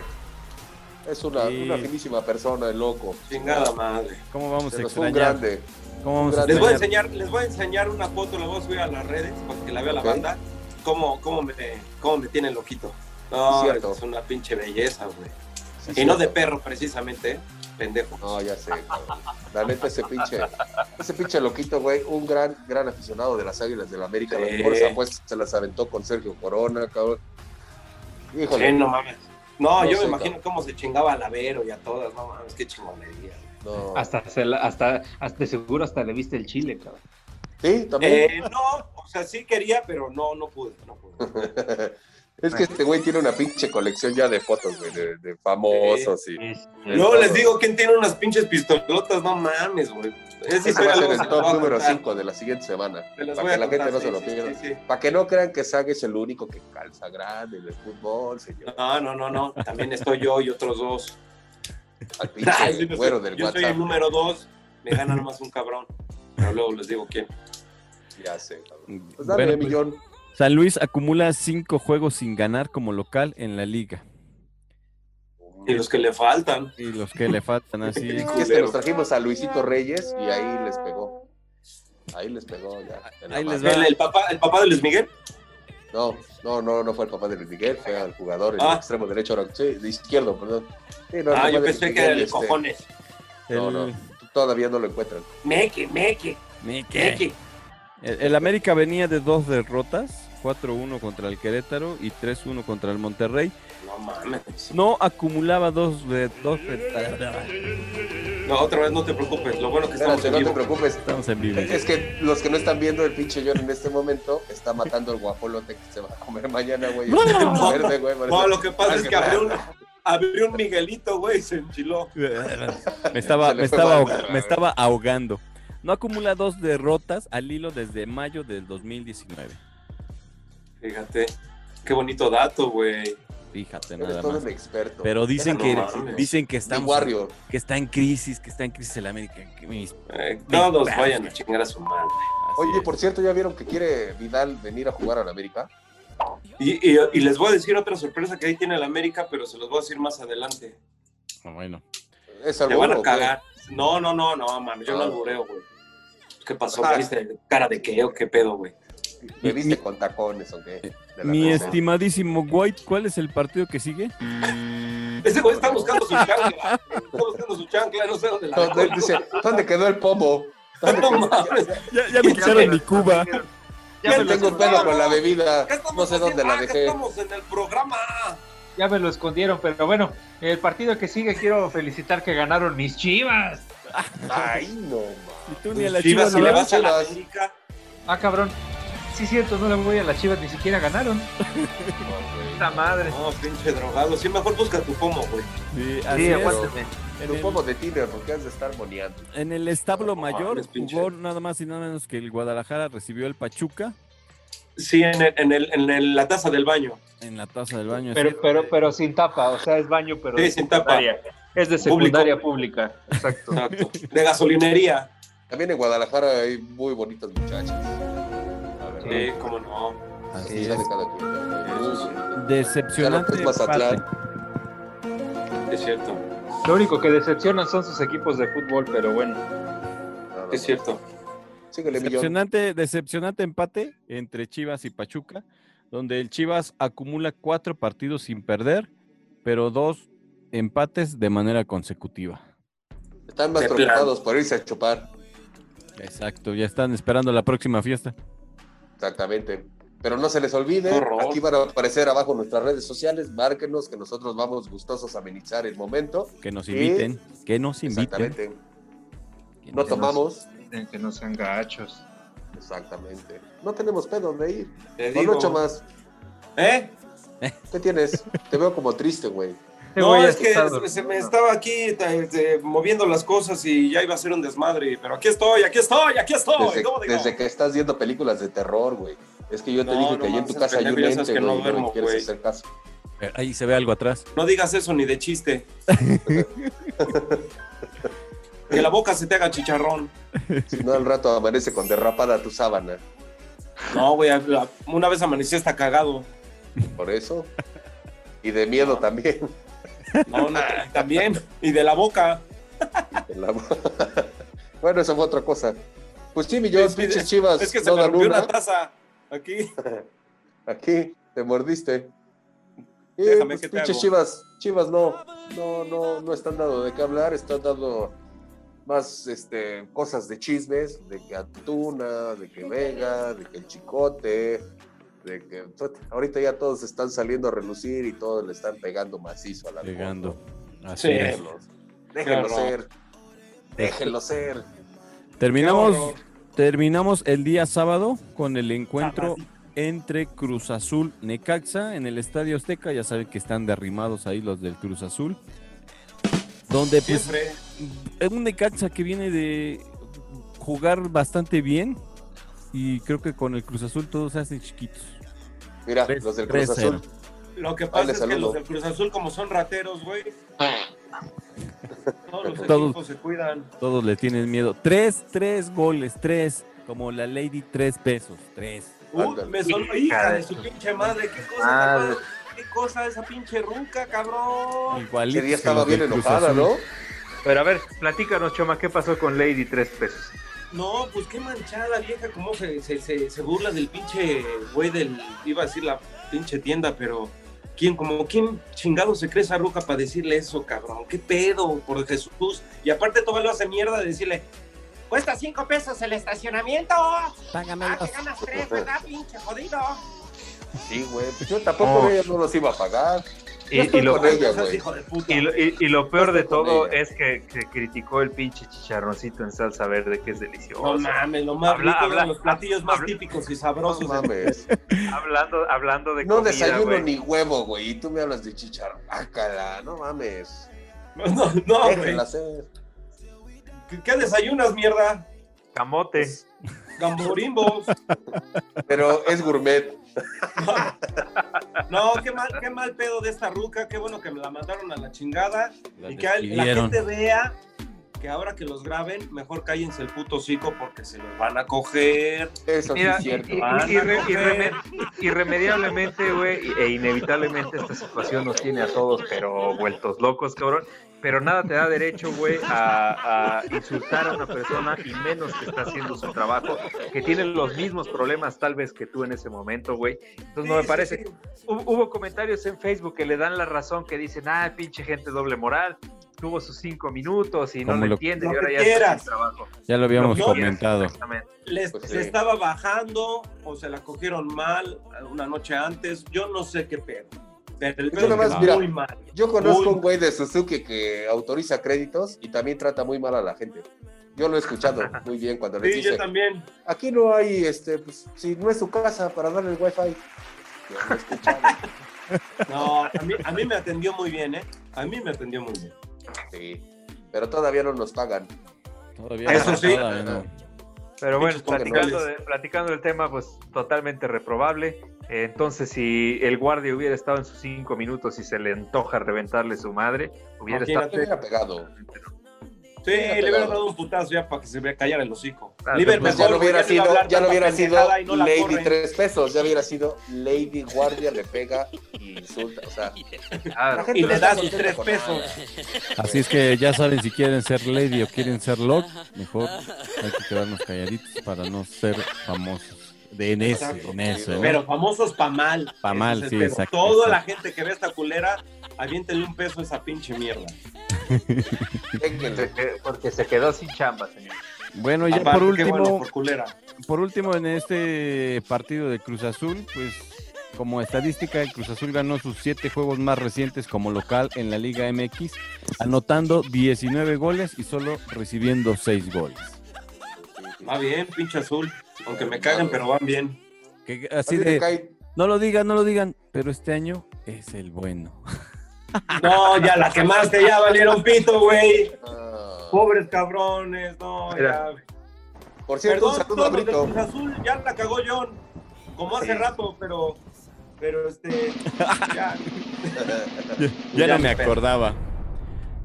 S2: Es una,
S5: Sí.
S2: una finísima persona, el loco.
S6: chingada madre.
S5: ¿Cómo vamos
S2: Se
S5: a
S2: nos fue un
S5: extrañar?
S2: grande.
S5: ¿Cómo vamos a
S2: grande.
S6: Les voy a
S5: extrañar?
S6: enseñar, les voy a enseñar una foto, la voy a subir a las redes para que la vea la
S2: Ok.
S6: banda. Cómo, cómo me, cómo me tiene loquito. No,
S2: Es cierto.
S6: es una pinche belleza, güey.
S2: Sí,
S6: y no
S2: sí,
S6: de perro, precisamente, ¿eh? pendejo.
S2: No, ya sé, cabrón. La neta, ese pinche, ese pinche loquito, güey, un gran, gran aficionado de las Águilas del América. Las
S6: Sí.
S2: mejores apuestas se las aventó con Sergio Corona, cabrón. Híjole.
S6: Sí, Eh, no mames. No,
S2: No
S6: yo
S2: sé,
S6: me imagino
S2: cabrón.
S6: cómo se chingaba a Lavero y a todas. No mames, qué chingonería.
S2: no.
S4: Hasta, se la- hasta, hasta de seguro hasta le viste el chile, cabrón.
S2: Sí, también.
S6: Eh, no, o sea, sí quería, pero no, no pude, no pude.
S2: es que este güey tiene una pinche colección ya de fotos, güey, de, de famosos y.
S6: Luego les digo quién tiene unas pinches pistolotas, no mames, güey. Esa
S2: Ese va
S6: historia
S2: a ser
S6: luego se
S2: el
S6: la voy a
S2: top número
S6: contar.
S2: 5 de la siguiente semana.
S6: Se las
S2: Para
S6: voy
S2: que
S6: a
S2: la
S6: contar,
S2: gente no
S6: sí,
S2: se lo
S6: sí,
S2: pierda.
S6: sí, sí.
S2: Para que no crean que Saga es el único que calza grande en el fútbol, señor.
S6: No, no, no, no. También estoy yo y otros dos.
S2: Al pinche
S6: Ay, sí, no
S2: güero
S6: sé.
S2: del
S6: yo soy
S2: WhatsApp.
S6: el número dos. Me gana nomás un cabrón. Pero luego les digo quién.
S2: Ya sé, cabrón. Pues dale,
S5: Bueno, pues,
S2: millón.
S5: San Luis acumula cinco juegos sin ganar como local en la liga.
S6: Y los que le faltan.
S5: Y los que le faltan así.
S2: Y
S6: Culero.
S2: este, los trajimos a Luisito Reyes y ahí les pegó. Ahí les pegó ya. en la
S5: Ahí les
S2: madre.
S5: va.
S6: El, el papá, el papá de Luis Miguel.
S2: No, no, no, no fue el papá de Luis Miguel, fue al jugador, el
S6: Ah.
S2: extremo derecho, ahora- sí, de izquierdo, perdón. Sí, no, el
S6: Ah,
S2: papá
S6: yo
S2: de
S6: pensé
S2: Luis
S6: que era
S2: Miguel,
S6: de
S2: este,
S6: cojones.
S2: No,
S5: El-
S2: no, todavía no lo encuentran.
S6: Meque, meque,
S5: Ni qué.
S6: meque.
S5: El, el América venía de dos derrotas, 4-1 contra el Querétaro y 3-1 contra el Monterrey.
S6: No mames.
S5: No acumulaba dos, de- dos ventajas.
S6: No, otra vez no te preocupes. Lo bueno que estamos
S2: Mm. Espérate,
S6: en
S2: no te
S6: vivo.
S2: preocupes.
S5: Estamos en vivo.
S2: Es que los que no están viendo el pinche John en este momento está matando el guajolote que se va a comer mañana, güey.
S6: No.
S2: Verde, güey, parece-
S6: No, lo que pasa
S2: Ah,
S6: es que abrió un, abrió un Miguelito, güey, y se enchiló.
S5: Me estaba,
S2: Se le
S5: me
S2: fue
S5: estaba,
S2: mal,
S5: ahoga- me estaba ahogando. No acumula dos derrotas al hilo desde mayo del 2019.
S6: Fíjate. Qué bonito dato, güey.
S5: Fíjate
S2: Eres
S5: este, nada
S2: todo
S5: más.
S2: un experto.
S5: Pero dicen
S6: No
S5: que
S6: mames.
S5: dicen que
S2: está
S5: estamos
S2: Warrior.
S5: que está en crisis, que está en crisis el América. que mis-
S6: Eh, todos
S5: Venga.
S6: vayan a chingar a su madre.
S5: así
S2: Oye,
S5: es.
S2: por cierto, ¿ya vieron que quiere Vidal venir a jugar al América?
S6: Y, y- y les voy a decir otra sorpresa que ahí tiene el América, pero se los voy a decir más adelante.
S5: bueno,
S2: Es
S6: Te
S2: algo
S6: van a
S2: nuevo, güey.
S6: cagar. No, no, no, no, mano. Yo no
S2: Ah.
S6: albureo, güey. ¿Qué pasó?
S2: Ah.
S6: ¿Me viste cara de qué o qué pedo, güey?
S2: Me viste con tacones, ¿o qué? De la
S5: mi
S2: cosa.
S5: estimadísimo White, ¿cuál es el partido que sigue?
S6: Ese güey está buscando su chancla. Está buscando su chancla, no sé dónde la
S2: Donde él
S6: dejó.
S2: dice, ¿dónde quedó el pomo? ¿Dónde
S6: No
S2: quedó?
S6: mames.
S5: Ya, me echaron mi Cuba.
S4: Ya me, lo,
S2: Tengo un pedo con la bebida.
S6: ¿Qué estamos
S2: No sé dónde
S6: haciendo?
S2: la
S6: Ah, que
S2: dejé.
S6: Estamos en el programa.
S4: ya me lo escondieron, pero bueno, el partido que sigue quiero felicitar que ganaron mis chivas.
S2: Ay, no, mames.
S5: Y tú ni a la
S6: Chivas,
S5: Chivas
S6: si
S5: le
S6: le
S5: vas.
S6: vas a la
S2: Chivas.
S6: América,
S4: Ah, cabrón. Sí, cierto, no le voy a las chivas, ni siquiera ganaron. Puta madre.
S6: No, pinche drogado. Sí, mejor busca tu pomo, güey.
S5: Sí, así
S4: Sí,
S5: es.
S4: aguántame.
S5: En
S2: Tu
S5: el-
S2: pomo de tiner, porque has de estar moneando.
S5: En el establo
S6: No
S5: mayor
S6: mames, pinche.
S5: jugó nada más y nada menos que el Guadalajara recibió el Pachuca
S6: Sí, en, el- en, el- en el- la taza del baño.
S5: en la taza del baño.
S4: Pero,
S5: así.
S4: pero, pero sin tapa, o sea, es baño, pero.
S6: Sí,
S4: de
S6: sin tapa.
S4: secundaria. Es de secundaria pública. Exacto.
S6: Exacto. De gasolinería.
S2: También en Guadalajara hay muy bonitas muchachas. La verdad.
S6: Sí, cómo no.
S5: Así
S2: Sí,
S5: es.
S2: sale cada quien. Muy bonito.
S5: Decepcionante.
S2: Ya lo que es Mazatlán.
S5: empate.
S6: Es cierto.
S4: Lo único que decepcionan son sus equipos de fútbol, pero bueno.
S2: Nada más.
S6: Es cierto.
S2: Síguele, millón.
S5: Decepcionante, decepcionante empate entre Chivas y Pachuca, donde el Chivas acumula cuatro partidos sin perder, pero dos empates de manera consecutiva.
S2: Están más
S6: De plan.
S2: preocupados por irse a chupar.
S5: Exacto, ya están esperando la próxima fiesta.
S2: Exactamente. Pero no se les olvide,
S6: Qué horror.
S2: aquí van a aparecer abajo nuestras redes sociales. Márquenos que nosotros vamos gustosos a amenizar el momento.
S5: Que nos
S2: Sí.
S5: inviten, que nos inviten.
S2: Exactamente.
S5: que
S2: No
S5: nos-
S2: tomamos.
S8: En que no sean gachos.
S2: Exactamente. No tenemos pedo de ir.
S6: Te
S2: Con
S6: digo.
S2: ocho más.
S6: ¿Eh?
S2: ¿Qué tienes? Te veo como triste, güey.
S4: Este
S6: No,
S4: güey
S6: es que
S4: asustado.
S6: se, se me estaba aquí ta- te- moviendo las cosas y ya iba a ser un desmadre. Pero aquí estoy, aquí estoy, aquí estoy.
S2: Desde,
S6: ¿Cómo digo?
S2: desde que estás viendo películas de terror, güey. Es que yo te
S6: No,
S2: dije
S6: no
S2: que allí en
S6: mames,
S2: tu
S6: es
S2: casa hay un
S6: pendejo, ya sabes
S2: ente,
S6: que no
S2: güey. No,
S6: duermo,
S2: me quieres
S6: güey.
S2: hacer caso.
S5: Ahí se ve algo atrás.
S6: No digas eso ni de chiste. que la boca se te haga chicharrón.
S2: Si no, al rato amanece con derrapada tu sábana.
S6: No, güey, la- una vez amanecí hasta cagado.
S2: Por eso. Y de miedo también.
S6: No, no, también. Y de la boca.
S2: En la- bueno, eso fue otra cosa. Pues sí, millón,
S6: Es que-
S2: pinches chivas.
S6: Es que se
S2: no
S6: me
S2: dan
S6: rompió una
S2: una.
S6: taza aquí.
S2: Aquí, te mordiste. Y,
S6: Déjame,
S2: pues,
S6: ¿qué te
S2: pinches
S6: hago?
S2: chivas, chivas no, no, no, no están dando de qué hablar, están dando más este, cosas de chismes, de que Antuna, de que Vega, de que el Chicote, de que puta, ahorita ya todos están saliendo a relucir y todos le están pegando macizo a la
S5: Llegando. Así
S6: Sí.
S5: es.
S2: Déjenlos, déjenlos
S6: Qué horror.
S2: ser, déjenlos ser.
S5: Terminamos, terminamos el día sábado con el encuentro entre Cruz Azul Necaxa en el Estadio Azteca. Ya saben que están derrimados ahí los del Cruz Azul. Donde pues
S6: Siempre.
S5: es un Necaxa que viene de jugar bastante bien. Y creo que con el Cruz Azul todos se hacen chiquitos.
S2: Mira,
S5: Tres-
S2: los del Cruz
S5: 3-0.
S2: Azul.
S6: Lo que
S2: Dale,
S6: pasa es que
S2: saludo.
S6: los del Cruz Azul, como son rateros, güey. Todos los
S5: Todos.
S6: equipos se cuidan.
S5: Todos le tienen miedo. Tres, tres goles, tres. Como la Lady, tres pesos. Tres.
S6: Uh,
S2: Ándale.
S6: me sonó hija de su pinche madre. ¿Qué cosa,
S8: Madre.
S6: cabrón? ¿Qué cosa esa pinche ruca, cabrón?
S5: Igualito
S2: Ese día
S5: que
S2: estaba
S5: los del
S2: bien
S5: Cruz
S2: enojada,
S5: Azul.
S2: ¿no?
S4: Pero a ver, platícanos, Choma, ¿qué pasó con Lady Tres Pesos?
S6: No, pues qué manchada vieja, cómo se, se, se, se burla del pinche güey del, iba a decir la pinche tienda, pero quién, como quién chingado se cree esa ruca para decirle eso, cabrón, qué pedo, por Jesús. Y aparte todo lo hace mierda de decirle, cuesta cinco pesos el estacionamiento.
S5: Págame
S9: Ah, que ganas tres, ¿verdad, pinche jodido?
S2: Sí, güey. Pues yo tampoco
S5: Oh.
S4: No.
S2: ella no los iba a pagar.
S4: Y,
S2: estoy
S4: y lo,
S2: con ella,
S6: Seas
S2: güey.
S6: hijo de puta.
S4: y, lo- y- y lo peor de
S2: Estoy con
S4: todo
S2: ella.
S4: es que, que criticó el pinche chicharroncito en salsa verde, que es
S6: No
S4: delicioso.
S6: mames, lo más
S4: Habla-
S6: rico, uno
S4: habla-
S6: de los platillos más
S4: habla-
S6: típicos y
S2: No
S6: sabrosos. de-
S2: mames.
S4: hablando, hablando de
S2: No
S4: comida,
S2: desayuno
S4: güey.
S2: ni huevo, güey. Y tú me hablas de chicharrón. Ácala, no mames.
S6: No, no, güey.
S2: Déjenla hacer.
S6: ¿Qué- ¿Qué desayunas, mierda? pues,
S4: Camote.
S6: Gamborimbos.
S2: Pero es gourmet.
S6: No, qué mal, qué mal pedo de esta ruca, qué bueno que me la mandaron a la chingada. y que al- la gente vea que ahora que los graben, mejor cállense el puto hocico porque se los van a coger.
S2: Eso
S4: Mira,
S2: sí es cierto.
S4: y- y-
S6: Ah,
S4: irre-
S6: no,
S4: irreme- irremediablemente, güey, e inevitablemente esta situación nos tiene a todos, pero vueltos locos, cabrón. Pero nada te da derecho, güey, a, a insultar a una persona y menos que está haciendo su trabajo, que tiene los mismos problemas tal vez que tú en ese momento, güey.
S2: Pues
S4: Entonces no me parece. Hubo, hubo comentarios en Facebook que le dan la razón, que dicen, ah, pinche gente doble moral, tuvo sus cinco minutos y no
S5: Como
S4: lo
S5: lo-
S4: entiende y
S6: Lo que
S4: ahora ya está
S6: quieras.
S4: sin trabajo.
S5: Ya lo habíamos
S6: No, no,
S5: comentado.
S4: Exactamente.
S6: Les,
S2: Pues
S6: se
S2: sí.
S6: estaba bajando o se la cogieron mal una noche antes. Yo no sé qué pedo. Pero
S2: Yo
S6: el pedo
S2: nada
S6: es que
S2: más,
S6: está
S2: mira,
S6: muy mal.
S2: Yo conozco
S6: Uy.
S2: un güey de Suzuki que autoriza créditos y también trata muy mal a la gente. Yo lo he escuchado muy bien cuando les
S6: Sí, yo
S2: dice,
S6: también.
S2: aquí no hay, este, pues, si no es su casa para darle el wifi. Yo lo he escuchado.
S6: No, a mí, a mí me atendió muy bien, ¿eh? A mí me atendió muy bien.
S2: sí. Pero todavía no nos pagan.
S5: Todavía
S6: Eso
S5: no,
S6: sí.
S5: todavía no.
S4: Pero bueno,
S2: Pinches condenables.
S4: platicando, de- platicando del tema, pues totalmente reprobable. Eh, Entonces, si el guardia hubiera estado en sus cinco minutos y se le antoja reventarle su madre, hubiera
S6: Imagínate.
S2: No te hubiera pegado.
S6: Sí,
S2: Mira,
S6: le hubiera
S2: pegado.
S6: dado un putazo ya para que se vea callar el hocico.
S4: Ah,
S6: Liber,
S4: pues
S2: Pues ya no
S6: mejor, güey,
S2: hubiera
S6: se iba a
S2: sido,
S6: hablar
S2: ya no
S6: tanta
S2: hubiera sido
S6: pendejada y no la
S2: Lady
S6: corren.
S2: Tres Pesos, ya hubiera sido Lady Guardia le pega y insulta. O sea,
S4: Ah,
S2: la gente
S6: Y
S2: no
S6: le
S2: está
S6: da sus
S2: contenta
S6: tres
S2: con
S6: pesos.
S2: nada.
S5: Así es que ya saben si quieren ser lady o quieren ser lock, mejor hay que quedarnos calladitos para no ser famosos. De en eso, en eso, ¿eh? ¿no?
S6: Pero famosos pa' mal.
S5: Pa'
S6: Ese
S5: mal,
S6: es el
S5: sí,
S6: pedo.
S5: exacto,
S6: Toda la
S5: exacto.
S6: gente que ve esta culera, aviéntenle un peso a esa pinche mierda.
S2: Déjenle.
S4: porque- porque se quedó sin chamba, señor.
S5: Bueno, ya
S6: Aparte,
S5: por
S6: qué
S5: último,
S6: bueno, por culera.
S5: por último en este partido de Cruz Azul, pues como estadística, el Cruz Azul ganó sus siete juegos más recientes como local en la Liga MX, anotando 19 goles y solo recibiendo 6 goles.
S6: Va bien, pinche azul. Aunque me caguen, pero van bien.
S5: Que-
S2: Así
S5: así
S2: le
S5: de,
S2: cae-
S5: no lo digan, no lo digan, pero este año es el bueno.
S6: No, ya la quemaste, ya valieron pito, güey.
S2: Ah.
S6: Pobres cabrones, no,
S4: Mira.
S6: ya.
S2: Por cierto,
S6: Perdón,
S2: un saludo a
S6: todos los de
S2: Brito.
S6: Cruz Azul, ya la cagó John. Como
S4: Sí.
S6: hace rato, pero. Pero este. ya.
S5: Ya
S6: Ya
S5: no me
S6: ni pedo.
S5: acordaba.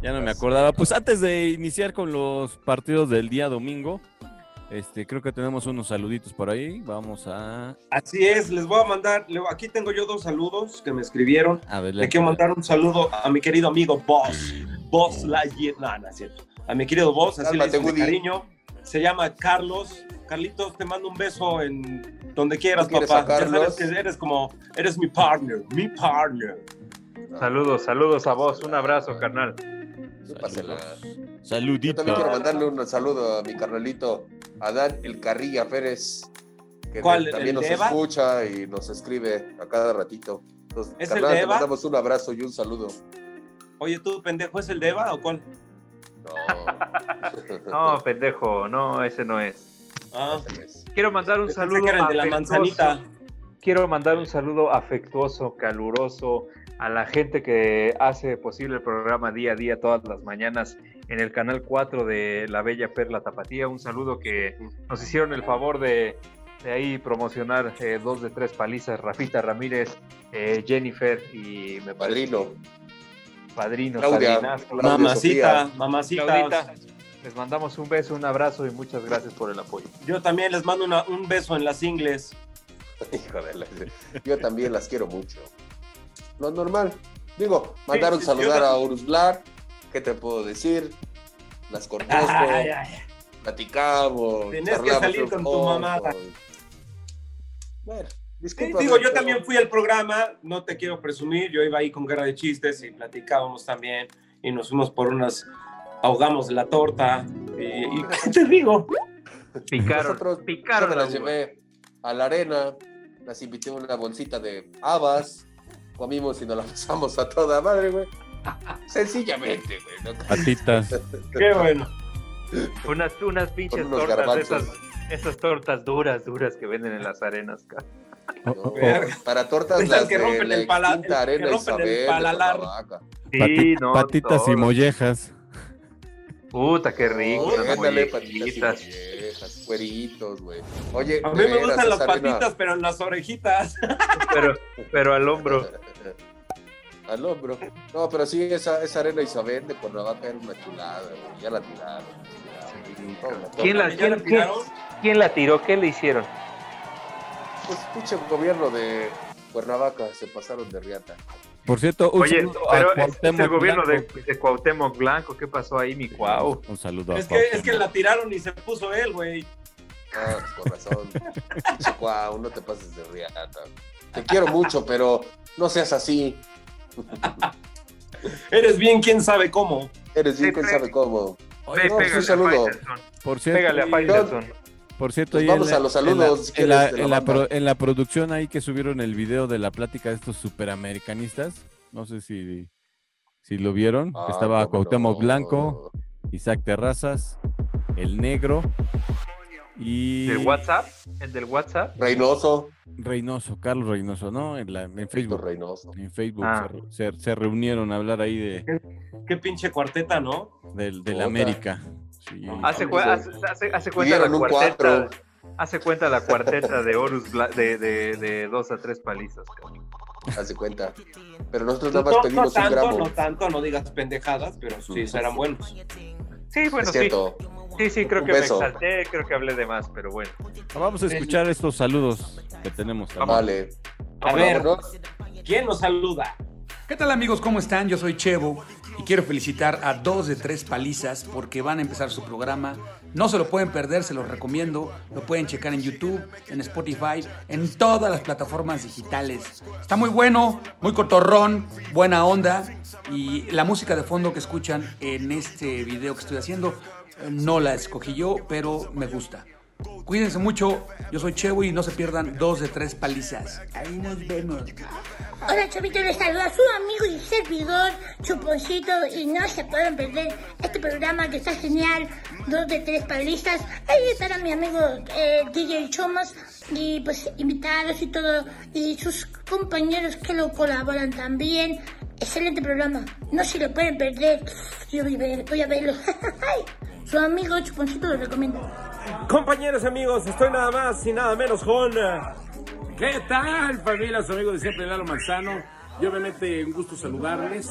S5: Ya no me acordaba. Pues antes de iniciar con los partidos del día domingo, este, creo que tenemos unos saluditos por ahí. Vamos a.
S6: Así es, les voy a mandar. le- Aquí tengo yo dos saludos que me escribieron. Le
S5: Adelante.
S6: quiero mandar un saludo a mi querido amigo Boss. Boss Lightyear. No, no es cierto. A mi querido Boss, así
S2: Cálmate,
S6: le dicen de
S2: Woody.
S6: cariño. Se llama Carlos. Carlitos, te mando un beso en donde quieras,
S2: ¿Tú quieres
S6: papá.
S2: a
S6: Ya
S2: Carlos?
S6: sabes que eres como, eres mi partner, mi partner.
S4: Saludos, saludos a vos. Un abrazo, carnal.
S2: Pásela. Yo
S5: Saludito.
S2: también quiero mandarle un saludo a mi carnalito Adán El Carrilla Pérez, que
S6: ¿Cuál,
S2: de-
S6: el
S2: también
S6: de
S2: nos
S6: Eva?
S2: escucha y nos escribe a cada ratito. Entonces,
S6: ¿Es el
S2: carnal,
S6: de
S2: te
S6: Eva?
S2: mandamos un abrazo y un saludo.
S6: Oye, tú, pendejo, ¿es el de Eva o cuál?
S2: No.
S4: No, pendejo, no, ese no es.
S6: Ah,
S4: Quiero mandar un
S6: pensé
S4: saludo
S6: que era el de la
S4: afectuoso.
S6: manzanita.
S4: Quiero mandar un saludo afectuoso, caluroso a la gente que hace posible el programa día a día, todas las mañanas, en el canal 4 de La Bella Perla Tapatía. Un saludo que nos hicieron el favor de, de ahí promocionar eh, dos de tres palizas: Rafita Ramírez, eh, Jennifer y me parece
S2: Padrino.
S4: que Padrino,
S2: Claudia.
S4: padrinazo.
S2: Claudia
S6: Mamacita,
S2: Sofía.
S6: mamacita.
S4: Claudita, les mandamos un beso, un abrazo y muchas gracias por el apoyo.
S6: Yo también les mando una- un beso en las ingles.
S2: Híjole, la- yo también las quiero mucho. Lo normal. Digo, mandaron
S6: sí,
S2: saludar
S6: yo-
S2: a Horus Black. ¿Qué te puedo decir? Las conozco.
S6: Ay, ay, ay.
S2: Las platicamos.
S6: Ah, Tenías que
S2: charlamos
S6: salir
S2: un
S6: con tu
S2: poco.
S6: mamada.
S2: Bueno,
S6: Sí,
S2: disculpa.
S6: digo, yo
S2: pero-
S6: también fui al programa, no te quiero presumir, yo iba ahí con guerra de chistes y platicábamos también y nos fuimos por unas, ahogamos la torta y, y- ¿qué te digo?
S2: Nosotros,
S4: Picaron,
S2: yo
S4: picaron.
S2: me
S4: la
S2: las
S4: uva.
S2: llevé a la arena, las invité una bolsita de habas, comimos y nos la pasamos a toda madre, güey. Sencillamente, güey. ¿no?
S5: Patitas.
S6: Qué bueno.
S4: Unas, unas
S2: Con
S4: pinches
S2: unos
S4: tortas,
S2: garbanzos.
S4: esas, esas tortas duras, duras que venden en las arenas. ca-
S5: Oh,
S2: ¿no?
S5: oh, oh.
S6: Verga.
S2: Para tortas
S6: Esas
S2: las
S6: que
S2: de
S6: rompen
S2: la
S6: el pala-
S2: extinta
S6: el- que
S2: arena
S6: rompen el
S2: Isabel de
S6: paladar.
S2: Cuernavaca.
S5: Pati-
S4: Sí, no,
S5: oh, patitas y
S4: todo.
S5: mollejas.
S4: Puta, qué rico.
S2: Uy,
S4: unas
S2: ándale, patitas
S4: mollejitas.
S2: y mollejas, cueritos, güey. Oye,
S6: A mí
S2: de
S6: me
S2: veras,
S6: gustan las
S2: esa arena-
S6: patitas, pero en las orejitas.
S4: Pero, pero al hombro.
S2: Eh, Al hombro. No, pero sí, esa, esa arena Isabel de Cuernavaca era una chulada, güey. Ya la tiraron. la tiraron. Todo, todo.
S4: ¿Quién la-
S6: ¿Ya la
S4: quién-
S6: tiraron?
S4: ¿Quién la tiró? ¿Qué le hicieron?
S2: Pues pinche gobierno de Cuernavaca se pasaron de riata.
S5: Por cierto, un
S4: Oye,
S5: saludo a
S4: pero es- es, el
S5: Cuauhtémoc
S4: gobierno de,
S5: Blanco.
S4: de Cuauhtémoc Blanco. ¿Qué pasó ahí, mi cuau?
S5: Un saludo a
S6: Es que, es que
S5: Cuauhtémoc.
S6: la tiraron y se puso él, güey.
S2: Ah, pues, con razón. Pinche guau, no te pases de riata. Te quiero mucho, pero no seas así.
S6: Eres bien quién sabe cómo.
S2: Eres bien,
S4: Sí,
S2: quién
S4: pero-
S2: sabe cómo.
S4: Ve,
S2: no,
S4: pégale,
S2: un saludo.
S4: a Faitelson.
S5: Por cierto,
S4: Pégale a
S5: y-
S4: Faitelson.
S5: Por cierto,
S2: Pues
S5: ahí
S2: vamos
S5: en la-
S2: a los
S5: en
S2: saludos,
S5: la-
S2: si
S5: En
S2: quieres,
S5: la,
S2: de la
S5: en la
S2: banda.
S5: pro- en la producción ahí que subieron el video de la plática de estos superamericanistas, no sé si, si lo vieron, que
S2: Ah,
S5: estaba
S2: cómo
S5: Cuauhtémoc
S2: no.
S5: Blanco, Isaac Terrazas, el negro y
S4: ¿Del WhatsApp? ¿El del WhatsApp?
S2: Reynoso.
S5: Reynoso, Carlos Reynoso, ¿no? En, la, en
S2: Héctor
S5: Facebook.
S2: Reynoso.
S5: En Facebook
S4: Ah.
S5: se re- se, se reunieron a hablar ahí de,
S6: Qué pinche cuarteta, ¿no?
S5: del, del
S2: Puta.
S5: América. Sí.
S4: Hace, cua- hace, hace- hace cuenta la
S2: Tuvieron un
S4: cuarteta.
S2: cuatro.
S4: Hace cuenta la cuarteta de Horus Bla- de, de, de dos a tres palizas. cabrón.
S2: Haz de cuenta. Pero nosotros
S6: No,
S2: nada más
S6: no
S2: pedimos un
S6: tanto,
S2: gramo.
S6: no tanto, no digas pendejadas, pero sí, serán buenos.
S4: Sí, bueno,
S2: es
S4: sí.
S2: cierto.
S4: Sí, sí, creo
S2: Un
S4: que me
S2: beso.
S4: exalté, creo que hablé de más, pero bueno.
S5: Vamos a escuchar estos saludos que tenemos. también.
S2: Vale.
S6: A ver,
S2: Vámonos.
S6: ¿quién nos saluda?
S10: ¿Qué tal amigos? ¿Cómo están? Yo soy Chevo y quiero felicitar a dos de tres palizas porque van a empezar su programa. No se lo pueden perder, se los recomiendo. Lo pueden checar en YouTube, en Spotify, en todas las plataformas digitales. Está muy bueno, muy cotorrón, buena onda y la música de fondo que escuchan en este video que estoy haciendo eh, no la escogí yo, pero me gusta. Cuídense mucho, yo soy Chevo y no se pierdan dos de tres palizas. Ahí nos vemos.
S11: Hola chavito, les saluda a su amigo y servidor Chuponcito y no se pueden perder este programa que está genial, dos de tres palistas. Ahí estará mi amigo eh, DJ Chomas y pues invitados y todo y sus compañeros que lo colaboran también. Excelente programa, no se lo pueden perder. Yo voy a, ver- voy a verlo. su amigo Chuponcito lo recomiendo.
S6: Compañeros, amigos, estoy nada más y nada menos con... eh,
S10: ¿Qué tal, familia? Su amigo de siempre, Lalo Manzano. Y obviamente, un gusto saludarles.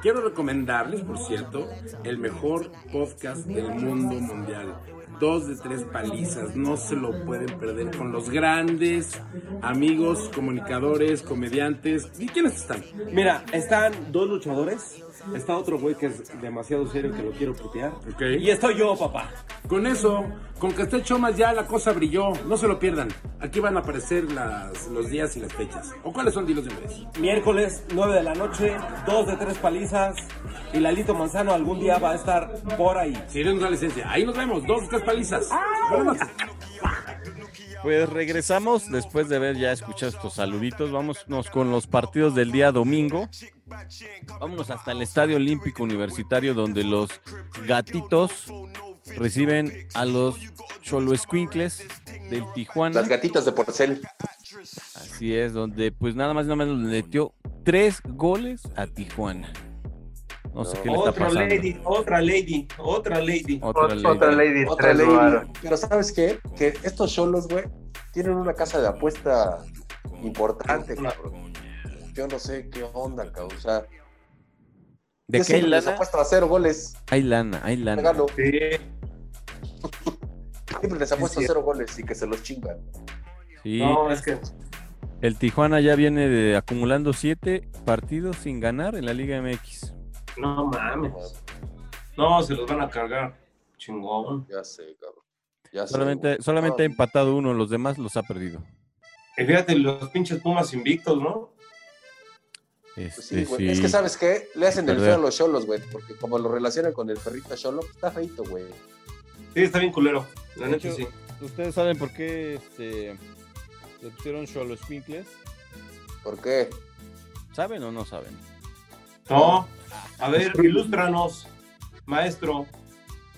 S10: Quiero recomendarles, por cierto, el mejor podcast del mundo mundial. Dos de tres palizas, no se lo pueden perder con los grandes amigos, comunicadores, comediantes. ¿Y quiénes están?
S6: Mira, están dos luchadores, está otro güey que es demasiado serio que lo quiero putear.
S10: Ok.
S6: Y estoy yo, papá.
S10: Con eso, con que esté Chomas ya la cosa brilló. No se lo pierdan. Aquí van a aparecer las, los días y las fechas. ¿O cuáles son, dilos de una vez?
S6: Miércoles, 9 de la noche, dos de tres palizas. Y Lalito Manzano algún día va a estar por ahí.
S10: Si no nos da licencia. Ahí nos vemos. Dos, tres palizas.
S5: Pues regresamos después de haber ya escuchado estos saluditos. Vámonos con los partidos del día domingo. Vámonos hasta el Estadio Olímpico Universitario, donde los gatitos reciben a los Choloescuincles del Tijuana.
S2: Las gatitas de Porcel.
S5: Así es, donde pues nada más y nada menos le metió tres goles a Tijuana. No sé qué le está
S6: Otra
S5: pasando.
S6: lady, otra lady, otra lady.
S5: Otra ley.
S4: Otra Lady
S2: Otra
S4: tres
S2: ley.
S4: varos.
S2: Pero ¿sabes qué? Que estos cholos, güey, tienen una casa de apuesta importante, cabrón. Yo no sé qué onda, cabrón. O sea, yo
S5: ¿De qué hay
S2: siempre les
S5: lana?
S2: apuesto a cero goles.
S5: Hay lana, hay lana.
S2: Regalo.
S6: Sí.
S2: Siempre les apuesto a cero goles y que se los chingan.
S5: Sí.
S6: No, es que
S5: El Tijuana ya viene de acumulando siete partidos sin ganar en la Liga MX.
S6: no mames. No, se los van a cargar. Chingón.
S2: Ya sé, cabrón. Ya sé,
S5: Solamente,
S2: güey. Ah,
S5: solamente ha
S2: No,
S5: empatado uno, los demás los ha perdido.
S6: Y fíjate, los pinches Pumas invictos, ¿no?
S2: pues sí,
S5: Este,
S2: güey. Es
S5: sí.
S2: que, ¿sabes qué? Le hacen el feo
S5: Perder.
S2: a los cholos, güey. Porque como lo relacionan con el perrito cholo, pues, está feito, güey.
S6: Sí, está bien culero. La
S5: De
S6: neta
S5: hecho,
S6: sí.
S5: ¿Ustedes saben por qué este, le pusieron Xolospincles?
S2: ¿Por qué?
S5: ¿Saben o no saben?
S6: No. A ver, ilústranos, maestro.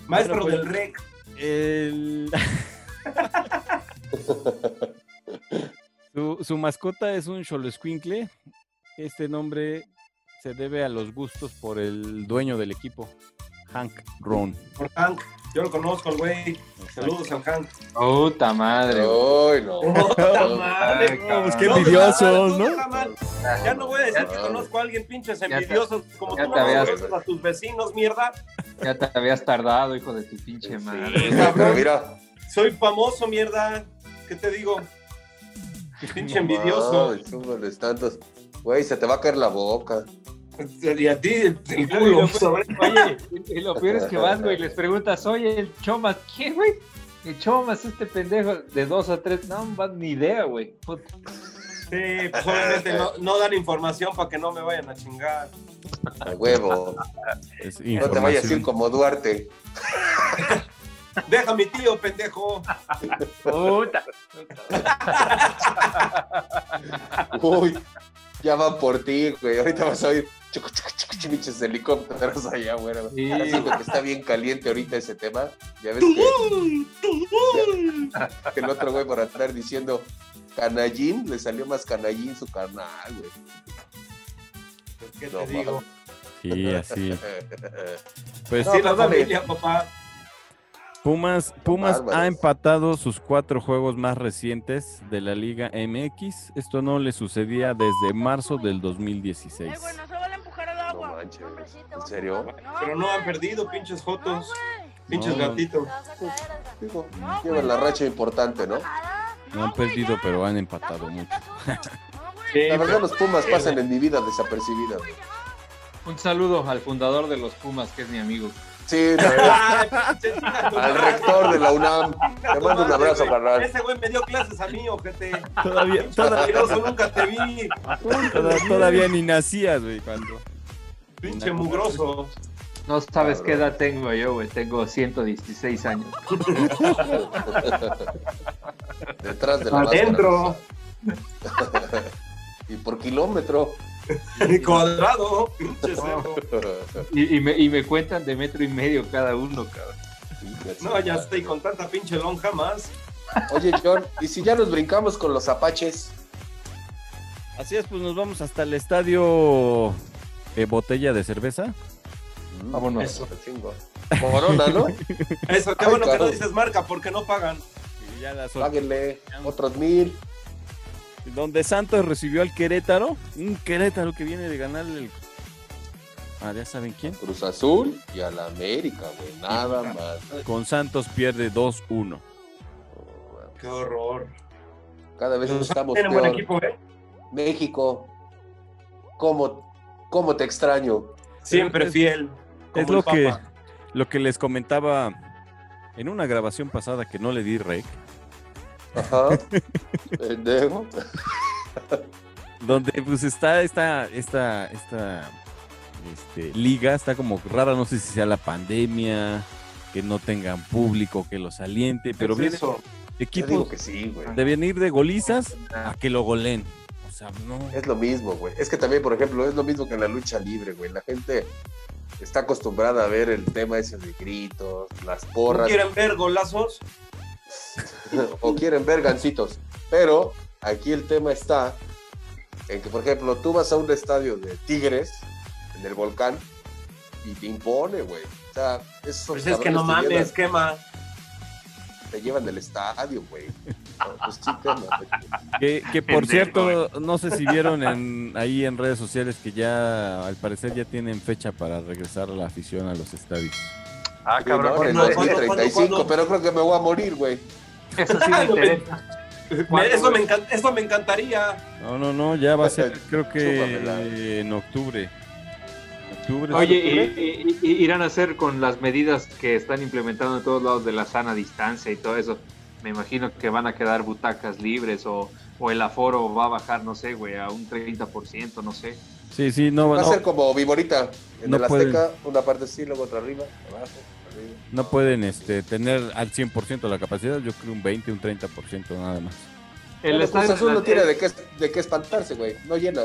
S6: Maestro
S5: Bueno, pues-
S6: del REC.
S5: El- su, su mascota es un Xoloescuincle. Este nombre se debe a los gustos por el dueño del equipo, Hank Ron.
S6: Por Hank. Yo lo conozco, al güey. Saludos al Hank.
S4: Puta madre. güey.
S2: Ay, no.
S6: Puta
S4: Ay,
S6: madre. pues,
S4: cabrón.
S5: Qué envidiosos,
S6: no,
S5: ¿no?
S6: está mal. Ya no voy a decir que conozco a alguien pinches
S4: te-
S6: envidiosos como
S4: ya
S6: tú
S4: te
S6: no
S4: habías-
S6: conoces a tus vecinos, mierda.
S4: Ya te habías tardado, hijo de tu pinche madre.
S2: Sí, güey, pero mira.
S6: Soy famoso, mierda. ¿Qué te digo? Pinche envidioso.
S2: Ay, súbales tantos. Güey, se te va a caer la boca.
S6: Y a ti, el, el
S4: Y
S6: culo.
S4: lo, oye, y lo peor es que vas, güey, y les preguntas, oye, el Chomas, ¿qué, güey? El Chomas, este pendejo, de dos a tres, no, van ni idea, güey. Puta.
S6: Sí, pues obviamente no, no dan información para que no me vayan a chingar.
S2: A huevo.
S5: Es
S2: No te vayas a
S5: información.
S2: ir como Duarte.
S6: Deja a mi tío, pendejo.
S4: Puta.
S2: Uy, ya van por ti, güey. Ahorita vas a oír chucu, chucu, chucu, chucu, bichos de helicópteros allá, güey.
S4: Sí.
S2: Así que está bien caliente ahorita ese tema. Ya ves que, que el otro güey por andar diciendo canallín, le salió más canallín su canal, güey.
S6: Pues, ¿Qué
S2: No,
S6: te digo?
S2: mames.
S5: Sí, así. Pues
S2: No,
S6: Sí, la
S2: no, vale.
S6: familia, papá.
S5: Pumas, Pumas
S2: bárbaros.
S5: ha empatado sus cuatro juegos más recientes de la Liga MX. Esto no le sucedía desde marzo del 2016.
S9: Eh, güey, no se vale empujar al agua.
S2: No manches,
S9: Hombre, sí, te
S2: ¿en
S9: voy a
S2: serio?
S9: empujar.
S6: Pero no han
S9: güey.
S6: perdido, pinches jotos.
S9: No, güey.
S6: Pinches
S5: No.
S6: gatitos.
S9: Te vas a caer al gato.
S2: Digo,
S9: No, güey,
S2: llevan la
S9: no.
S2: racha importante, ¿no?
S9: Nada.
S5: No han
S9: güey,
S5: perdido,
S9: ya.
S5: pero han
S9: Está
S5: empatado
S9: sucio,
S5: mucho.
S9: está sucio. No, güey.
S6: Sí,
S2: La verdad,
S6: pero-
S2: los Pumas pasan en mi vida desapercibidas. güey.
S4: Un saludo al fundador de los Pumas, que es mi amigo.
S2: Sí, la verdad.
S6: Ay, pinche chinga tu
S2: Al
S6: madre.
S2: rector de la UNAM. Te mando un abrazo,
S6: Güey,
S2: carnal.
S6: Ese güey me dio clases a mí, ojete.
S5: Todavía, toda-
S6: Mentiroso, nunca te vi.
S5: toda- todavía ni nacías, güey, cuando.
S6: Pinche mugroso.
S4: No sabes qué edad tengo yo, güey. Tengo 116 años.
S2: Detrás de la máscara.
S6: Adentro.
S2: Y por kilómetro.
S6: Cuadrado. Pinche cerdo.
S4: Y, y me, y me cuentan de metro y medio cada uno, cabrón.
S6: No, ya estoy con tanta pinche lonja más.
S2: Oye, John, ¿y si ya nos brincamos con los apaches?
S5: Así es, pues nos vamos hasta el estadio eh, Botella de Cerveza.
S4: Vámonos.
S2: mm, Eso, chingo. Corona, ¿no?
S6: Eso, qué
S2: Ay,
S6: bueno que no
S2: cabrón.
S6: dices marca porque no pagan.
S5: Y ya la sol-
S2: Páguenle otros mil.
S5: Donde Santos recibió al Querétaro. Un Querétaro que viene de ganar el. Ah, ya saben quién.
S2: Cruz Azul y a la América, güey. Nada más.
S5: Con Santos pierde 2-1.
S6: Qué horror.
S2: Cada vez estamos
S6: Tienen buen
S2: peor.
S6: equipo, ¿eh?
S2: México, ¿cómo, cómo te extraño?
S6: Siempre
S5: Es-
S6: fiel.
S5: es
S6: como
S5: lo
S6: el
S5: que-
S6: Papa.
S5: Lo que les comentaba en una grabación pasada que no le di rec,
S2: Ajá. Pendejo.
S5: donde pues está esta, esta, esta este, liga, está como rara, no sé si sea la pandemia, que no tengan público, que los aliente, pero
S6: Es
S5: vienen
S6: eso.
S2: Yo digo
S5: equipos
S2: que sí, güey.
S5: de venir de golizas a que lo goleen. O sea, no.
S2: Es lo mismo, güey. Es que también, por ejemplo, es lo mismo que en la lucha libre, güey. La gente está acostumbrada a ver el tema ese de gritos, las
S6: ¿No
S2: porras,
S6: quieren ver golazos?
S2: o quieren ver gancitos. Pero aquí el tema está en que, por ejemplo, tú vas a un estadio de Tigres, en el volcán, y te impone, güey. O sea, esos
S6: Pues es que no
S2: cabrones te
S6: mames, quema.
S2: llevan, te llevan del estadio, güey. No, pues sí, quema, güey.
S5: Que, que, por cierto, no sé si vieron en, ahí en redes sociales que ya, al parecer, ya tienen fecha para regresar la afición a los estadios.
S2: Ah, cabrón,
S4: pues
S6: ¿cuándo,
S2: en
S6: cuándo,
S2: 2035,
S6: cuándo?
S2: pero creo que me voy a morir, güey.
S4: Eso sí me interesa.
S6: Me-
S4: ¿Cuándo,
S6: Eso me,
S4: güey?
S6: encan- eso me encantaría.
S5: No, no, no, ya va a ser, creo
S2: Chúpamela.
S5: que en octubre. Octubre,
S4: Oye,
S5: octubre.
S4: y, y- y irán a hacer con las medidas que están implementando en todos lados de la sana distancia y todo eso. Me imagino que van a quedar butacas libres o, o el aforo va a bajar, no sé, güey, a un 30%, no sé.
S5: Sí, sí, no,
S2: Va a
S5: no,
S2: ser como Viborita. En
S5: No
S2: el Azteca, una parte sí, luego otra arriba, abajo, arriba.
S5: no pueden este, tener al 100% la capacidad, yo creo un 20, un 30% nada más.
S4: El
S2: Pero Cruz
S4: estadio,
S2: Azul
S4: de
S2: no
S4: las,
S2: tiene
S4: el-
S2: de qué, de qué espantarse, güey. No llena.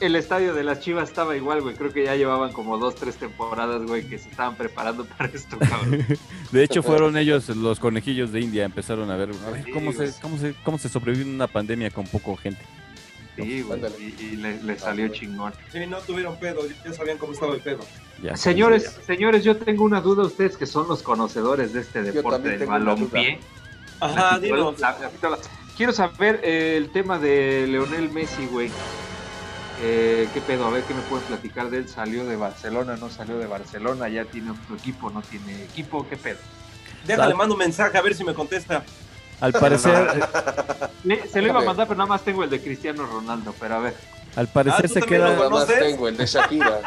S4: el estadio de las Chivas estaba igual, güey. Creo que ya llevaban como dos, tres temporadas, güey, que se estaban preparando para esto, cabrón.
S5: De hecho, fueron ellos los conejillos de India, empezaron a ver, a ver,
S4: Sí,
S5: cómo,
S4: güey.
S5: se, cómo, se, cómo se sobrevive una pandemia con poco gente.
S4: Sí, güey,
S2: Ándale.
S4: y, y le, le salió chingón.
S6: Sí, no tuvieron pedo, ya sabían cómo estaba el pedo.
S5: Ya.
S4: Señores, señores, yo tengo una duda. Ustedes que son los conocedores de este deporte
S2: también
S4: del
S2: tengo una duda.
S4: balompié.
S6: Ajá,
S4: La-
S6: dinos.
S4: la- la- la- Quiero saber eh, el tema de Leonel Messi, güey. Eh, ¿Qué pedo? A ver qué me pueden platicar de él. ¿Salió de Barcelona? ¿No salió de Barcelona? ¿Ya tiene otro equipo? ¿No tiene equipo? ¿Qué pedo?
S6: Déjale, mando un mensaje a ver si me contesta.
S5: Al parecer,
S2: Ah,
S4: Le- se lo iba a mandar, pero nada más tengo el de Cristiano Ronaldo. Pero a ver,
S5: al parecer
S6: Ah, tú
S5: se
S6: también
S5: queda,
S2: Nada más
S6: conoces?
S2: tengo el de Shakira.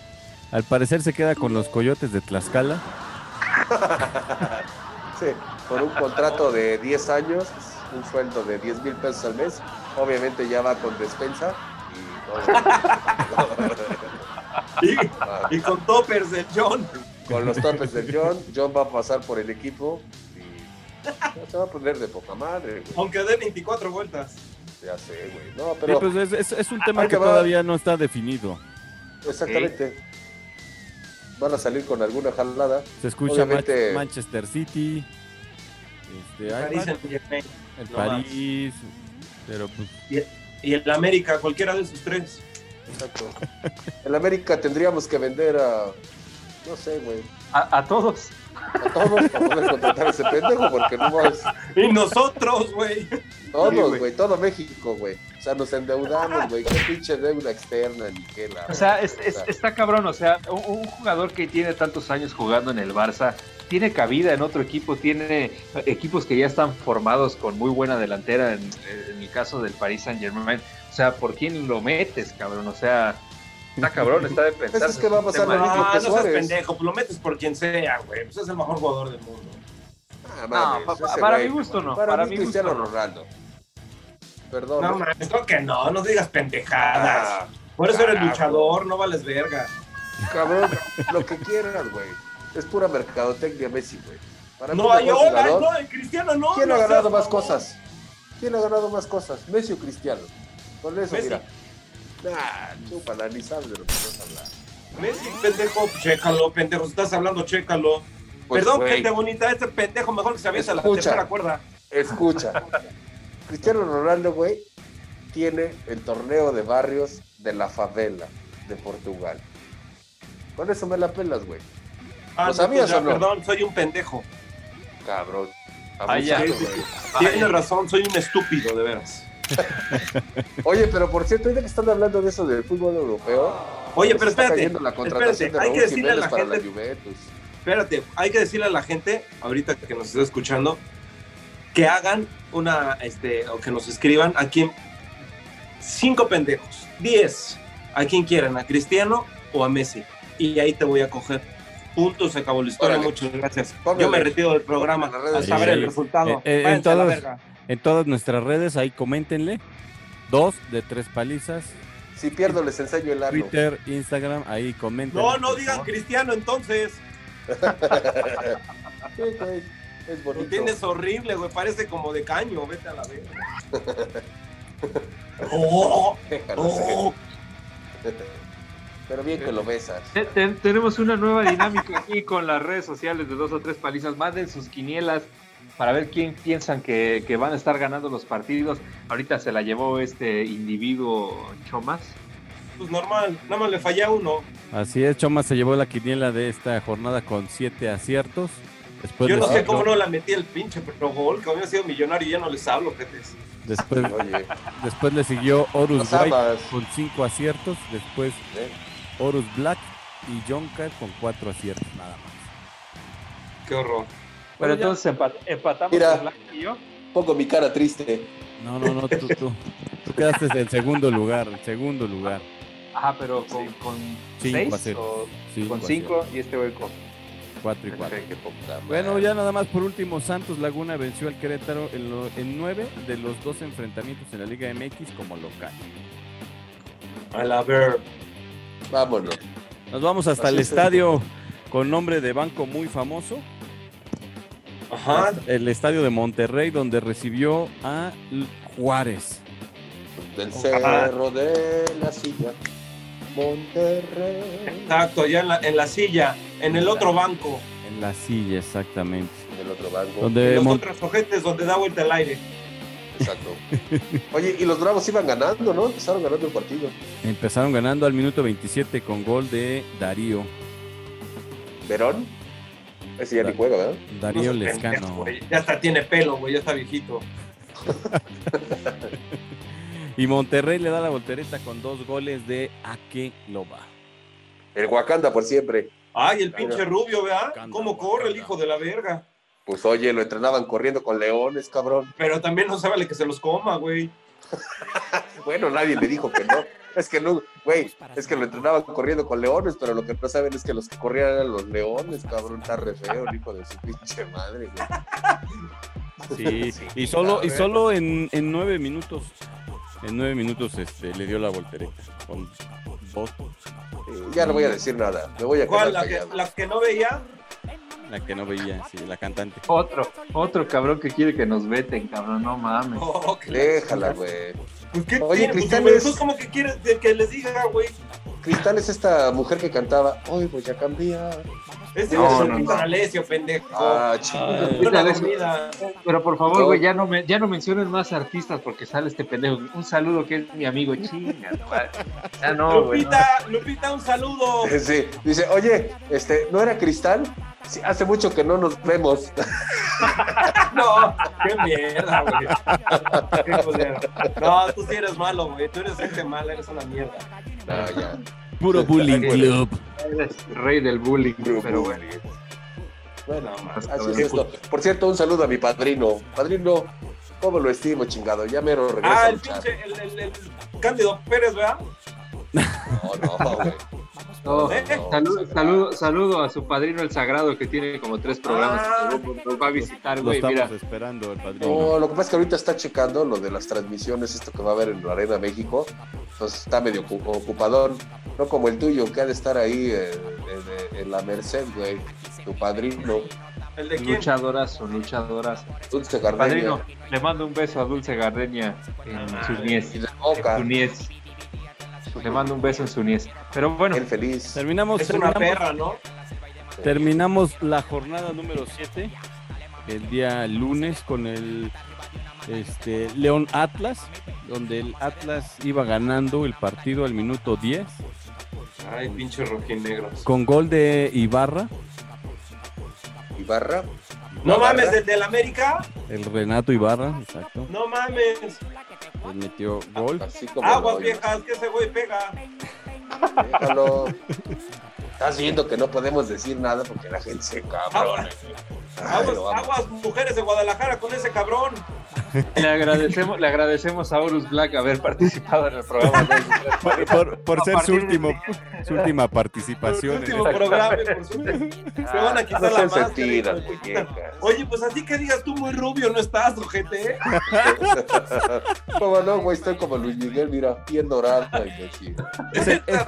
S5: al parecer se queda con los coyotes de Tlaxcala.
S2: Sí, por un contrato de 10 años, un sueldo de 10 mil pesos al mes. Obviamente ya va con despensa. Y todo.
S6: Y, y con toppers del John.
S2: con los topes del John, John va a pasar por el equipo. y Se va a poner de poca madre, güey.
S6: Aunque dé 24 vueltas.
S2: Ya sé, güey. No,
S5: Sí,
S2: pero
S5: pues es, es- es un tema
S2: ahí
S5: que
S2: te va.
S5: todavía no está definido.
S2: exactamente. Van a salir con alguna jalada.
S5: Se escucha
S2: Obviamente-
S5: Manch- Manchester City, este, hay
S6: París
S5: varios,
S6: Saint-Germain.
S5: el
S6: no más.
S5: París, pero pues,
S6: Y el América, cualquiera de esos tres.
S2: Exacto. En América tendríamos que vender a. No sé, güey.
S4: a, a todos.
S2: A todos para poder contratar a ese pendejo, porque no es.
S6: Y nosotros, güey.
S4: Sí,
S2: Todos,
S4: güey.
S2: güey. Todo México, güey. O sea, nos endeudamos, güey. Qué pinche deuda externa, ni qué la.
S4: O sea, es- es- está cabrón. O sea, un, un jugador que tiene tantos años jugando en el Barça, tiene cabida en otro equipo, tiene equipos que ya están formados con muy buena delantera, en, en el caso del Paris Saint-Germain. O sea, ¿por quién lo metes, cabrón? O sea, está cabrón, está de pensar. Este
S2: Pues es que va a pasar lo mismo.
S6: Ah,
S2: que
S6: no seas
S2: Suárez.
S6: pendejo, pues lo metes por quien sea, güey. Pues es el mejor jugador del mundo.
S2: Ah, mames,
S4: pa- pa-
S2: ese
S4: para
S2: güey,
S4: mi gusto, no,
S2: Para,
S4: para
S2: mí,
S4: mi
S2: Cristiano
S4: gusto, no.
S2: Ronaldo. Perdón.
S6: No
S2: ¿no?
S6: mames, creo que no, no digas pendejadas.
S2: Ah,
S6: Por eso eres
S2: carajo.
S6: luchador, no vales verga.
S2: cabrón, lo que quieras, güey. Es pura mercadotecnia Messi, güey. Para mí,
S6: No, hay
S2: mejor
S6: hola,
S2: jugador-
S6: no, el Cristiano no.
S2: ¿Quién
S6: no
S2: ha
S6: seas
S2: ganado más
S6: mamón.
S2: cosas? ¿Quién ha ganado más cosas? ¿Messi o Cristiano? Con eso,
S6: Messi.
S2: mira. Ah, chúpala, ni sabes de lo que vas a hablar.
S6: Messi, pendejo, chécalo, pendejo. Si estás hablando, chécalo. Perdón,
S2: Pues, güey,
S6: gente bonita, este pendejo mejor que se avienta a la
S2: Escucha.
S6: tercera cuerda.
S2: Escucha. Cristiano Ronaldo, güey, tiene el torneo de barrios de la favela de Portugal. Con eso me la pelas, güey.
S6: Ah,
S2: ¿Lo
S6: no,
S2: sabías
S6: pues ya,
S2: o no?
S6: Perdón, soy un pendejo.
S2: Cabrón.
S4: Ah, ya.
S2: Abusado, güey.
S6: Tienes razón, soy un estúpido, de veras.
S2: Oye, pero por cierto, ahorita que están hablando de eso del fútbol europeo,
S6: Oye, pero
S2: se está
S6: espérate,
S2: cayendo la contratación
S6: espérate, hay
S2: de
S6: que
S2: Raúl
S6: decirle a
S2: Jiménez
S6: la
S2: para
S6: gente
S2: la Juventus.
S6: Espérate, hay que decirle a la gente, ahorita que nos está escuchando, que hagan una, este, o que nos escriban a quien, cinco pendejos, diez, a quien quieran, a Cristiano o a Messi. Y ahí te voy a coger. Punto, se acabó la historia.
S2: Órale.
S6: Muchas gracias.
S2: Póngale.
S6: Yo me retiro del programa
S2: Póngale en las
S6: a
S2: redes
S6: saber el
S5: sociales.
S6: resultado.
S5: Eh, eh,
S6: Váyanse a la
S5: entonces-
S6: verga.
S5: en todas nuestras redes, ahí coméntenle. Dos de tres palizas.
S2: Si pierdo, les enseño el ano.
S5: Twitter, Instagram, ahí comenten.
S6: No, no digan Cristiano entonces.
S2: Sí, güey, Es
S6: Lo
S2: bonito.
S6: tienes horrible, güey. Parece como de caño. Vete a la verga. Oh,
S2: Déjalo
S6: oh.
S2: ser. Pero bien que lo besas.
S4: Te- te- tenemos una nueva dinámica aquí con las redes sociales de dos o tres palizas. Manden sus quinielas para ver quién piensan que, que van a estar ganando los partidos. Ahorita se la llevó este individuo Chomas.
S6: Pues normal, nada más le fallé a uno.
S5: Así es, Choma se llevó la quiniela de esta jornada con siete aciertos. Después
S6: Yo
S5: de
S6: no sé
S5: cinco-
S6: cómo no la metí el pinche Pro Bowl, que había sido millonario y ya no les hablo, jetes.
S5: después,
S2: Oye,
S5: después le siguió Horus
S2: Los
S5: White
S2: amas.
S5: con cinco aciertos. Después
S2: ¿eh?
S5: Horus Black y Jonker con cuatro aciertos nada más.
S6: Qué horror.
S4: Pero
S5: Bueno, ya-
S4: entonces empa- empatamos
S2: Mira.
S4: el Black y yo.
S2: Pongo mi cara triste.
S5: No, no, no, tú, tú, tú quedaste en segundo lugar, en segundo lugar.
S4: Ajá, pero con, con
S5: Cinco
S4: seis
S5: a cero.
S4: o
S5: Cinco
S4: con
S5: a
S4: cinco y este güey con
S5: 4 y 4.
S4: Qué poca madre.
S5: Bueno, ya nada más por último, Santos Laguna venció al Querétaro en, lo- en nueve de los dos enfrentamientos en la Liga MX como local.
S6: A la ver.
S2: Vámonos.
S5: Nos vamos hasta el
S2: Así es.
S5: estadio con nombre de banco muy famoso,
S6: Ajá.
S5: el estadio de Monterrey, donde recibió a L- Juárez.
S2: Del cerro de la silla. Monterrey.
S6: Exacto, ya en la, en la silla, en el otro banco,
S5: En la silla, exactamente.
S2: Del otro banco.
S5: Donde
S6: en los
S5: Mon-
S6: otros ojetes donde da vuelta el aire.
S2: Exacto. Oye, y los bravos iban ganando, ¿no? Empezaron ganando el partido.
S5: empezaron ganando al minuto 27 con gol de Darío.
S2: ¿Verón? Ese ya ni juega, ¿verdad?
S5: Darío
S6: No seas
S5: Lescano.
S6: pendejo, güey. Ya hasta tiene pelo, güey, ya está viejito.
S5: Y Monterrey le da la voltereta con dos goles de Ake Loba.
S2: El Wakanda por siempre.
S6: Ay, el pinche rubio, ¿verdad?
S5: Canta,
S6: ¿Cómo
S5: güey,
S6: corre el
S5: canta.
S6: hijo de la verga?
S2: Pues oye, lo entrenaban corriendo con leones, cabrón.
S6: Pero también no sabe que se los coma, güey.
S2: Bueno, nadie le dijo que no. Es que no, güey, es que lo entrenaban corriendo con leones, pero lo que no saben es que los que corrían eran los leones, cabrón, está re feo, el hijo de su pinche madre, güey.
S5: Sí,
S2: Sí,
S5: y solo, y
S2: claro,
S5: solo en, en nueve minutos, en nueve minutos este, le dio la voltereta. Con dos,
S2: Eh, Ya no voy a decir nada, me voy a
S6: ¿Cuál?
S2: quedar
S6: ¿La que,
S2: callado.
S6: la que no veía?
S5: la que no veía, sí, la cantante.
S4: Otro, otro cabrón que quiere que nos veten, cabrón, no mames.
S6: Oh, que-
S2: Déjala, güey.
S6: Pues, ¿qué
S2: Oye,
S6: tiene? Pues,
S2: Cristian
S6: güey,
S2: es-
S6: ¿tú cómo que quieres de- que les diga, güey?
S2: Cristal es esta mujer que cantaba, hoy voy a cambiar.
S6: Ese
S2: No,
S6: Este es
S2: no,
S6: un
S2: no.
S6: Alessio, pendejo.
S2: Ah, chingada.
S6: Una
S4: Alessio.
S6: comida.
S4: Pero por favor, güey, ya no, me, ya no menciones más artistas porque sale este pendejo. Un saludo que es mi amigo chinga. tu madre. Ya no, güey. no.
S6: Lupita, Lupita, un saludo.
S2: Sí, dice, oye, este, ¿no era Cristal? Sí, hace mucho que no nos vemos.
S6: No, qué mierda, güey. Qué culero. No, tú sí eres malo, güey. Tú eres gente mala, eres una mierda.
S2: No, ya.
S5: Puro bullying club.
S4: Eres rey del bullying, pero bueno.
S2: Bueno,
S6: más,
S2: así es esto. Por cierto, un saludo a mi padrino. Padrino, ¿cómo lo estimo, chingado? Ya mero regreso.
S6: Ah,
S2: a
S6: el
S2: luchar.
S6: pinche, el, el, el Cándido Pérez, ¿verdad?
S2: No, no, güey.
S4: No,
S6: ¿Eh?
S4: saludo, saludo, saludo a su padrino el sagrado que tiene como tres programas.
S6: Ah.
S4: Nos va a visitar,
S5: Lo
S4: güey.
S5: estamos
S4: Mira,
S5: esperando, el padrino.
S2: No, lo que pasa es que ahorita está checando lo de las transmisiones, esto que va a haber en la Arena México. Entonces está medio ocu- ocupadón. No como el tuyo, que ha de estar ahí eh, en, en la Merced, güey. Tu padrino,
S6: ¿El de quién?
S4: luchadorazo, luchadorazo.
S2: Dulce Gardenia.
S4: Padrino, le mando un beso a Dulce Gardenia en su niez.
S2: Y la
S4: En
S2: boca,
S4: su niez. Le mando un beso en su niez. Pero bueno,
S2: el feliz.
S5: Terminamos,
S6: Es una
S5: terminamos-
S6: perra, ¿no?
S5: Terminamos la jornada número 7 el día lunes con el este, León Atlas, donde el Atlas iba ganando el partido al minuto 10
S6: Ay, pinche rojinegros.
S5: con gol de Ibarra,
S2: Ibarra.
S6: No mames,
S2: Ibarra.
S6: del, del América.
S5: el Renato Ibarra, exacto,
S6: No mames.
S5: él metió gol.
S2: Así como
S6: Aguas
S2: lo oyes.
S6: viejas, que ese güey pega.
S2: Déjalo. Estás viendo que no podemos decir nada porque la gente se cabrón. Ay,
S6: Aguas,
S2: lo amo.
S6: aguas mujeres de Guadalajara con ese cabrón.
S4: le agradecemos, le agradecemos a Horus Black haber participado en el programa. de Horus Black.
S5: Por, por- por ser su,
S4: partir de-
S5: último, su última
S6: Su
S5: participación. en
S6: último
S5: esta-
S6: programa, y por su- Se van a quitar
S2: Ah, No
S6: la
S2: sean
S6: máscara.
S2: sentidas,
S6: hijo de puta.
S2: muñecas.
S6: Oye, pues así que digas tú muy rubio, no estás, ojete. ¿eh?
S2: ¿Cómo no, güey? Estoy como Luis Miguel, mira, bien dorada. Y así.
S5: Es, el, es-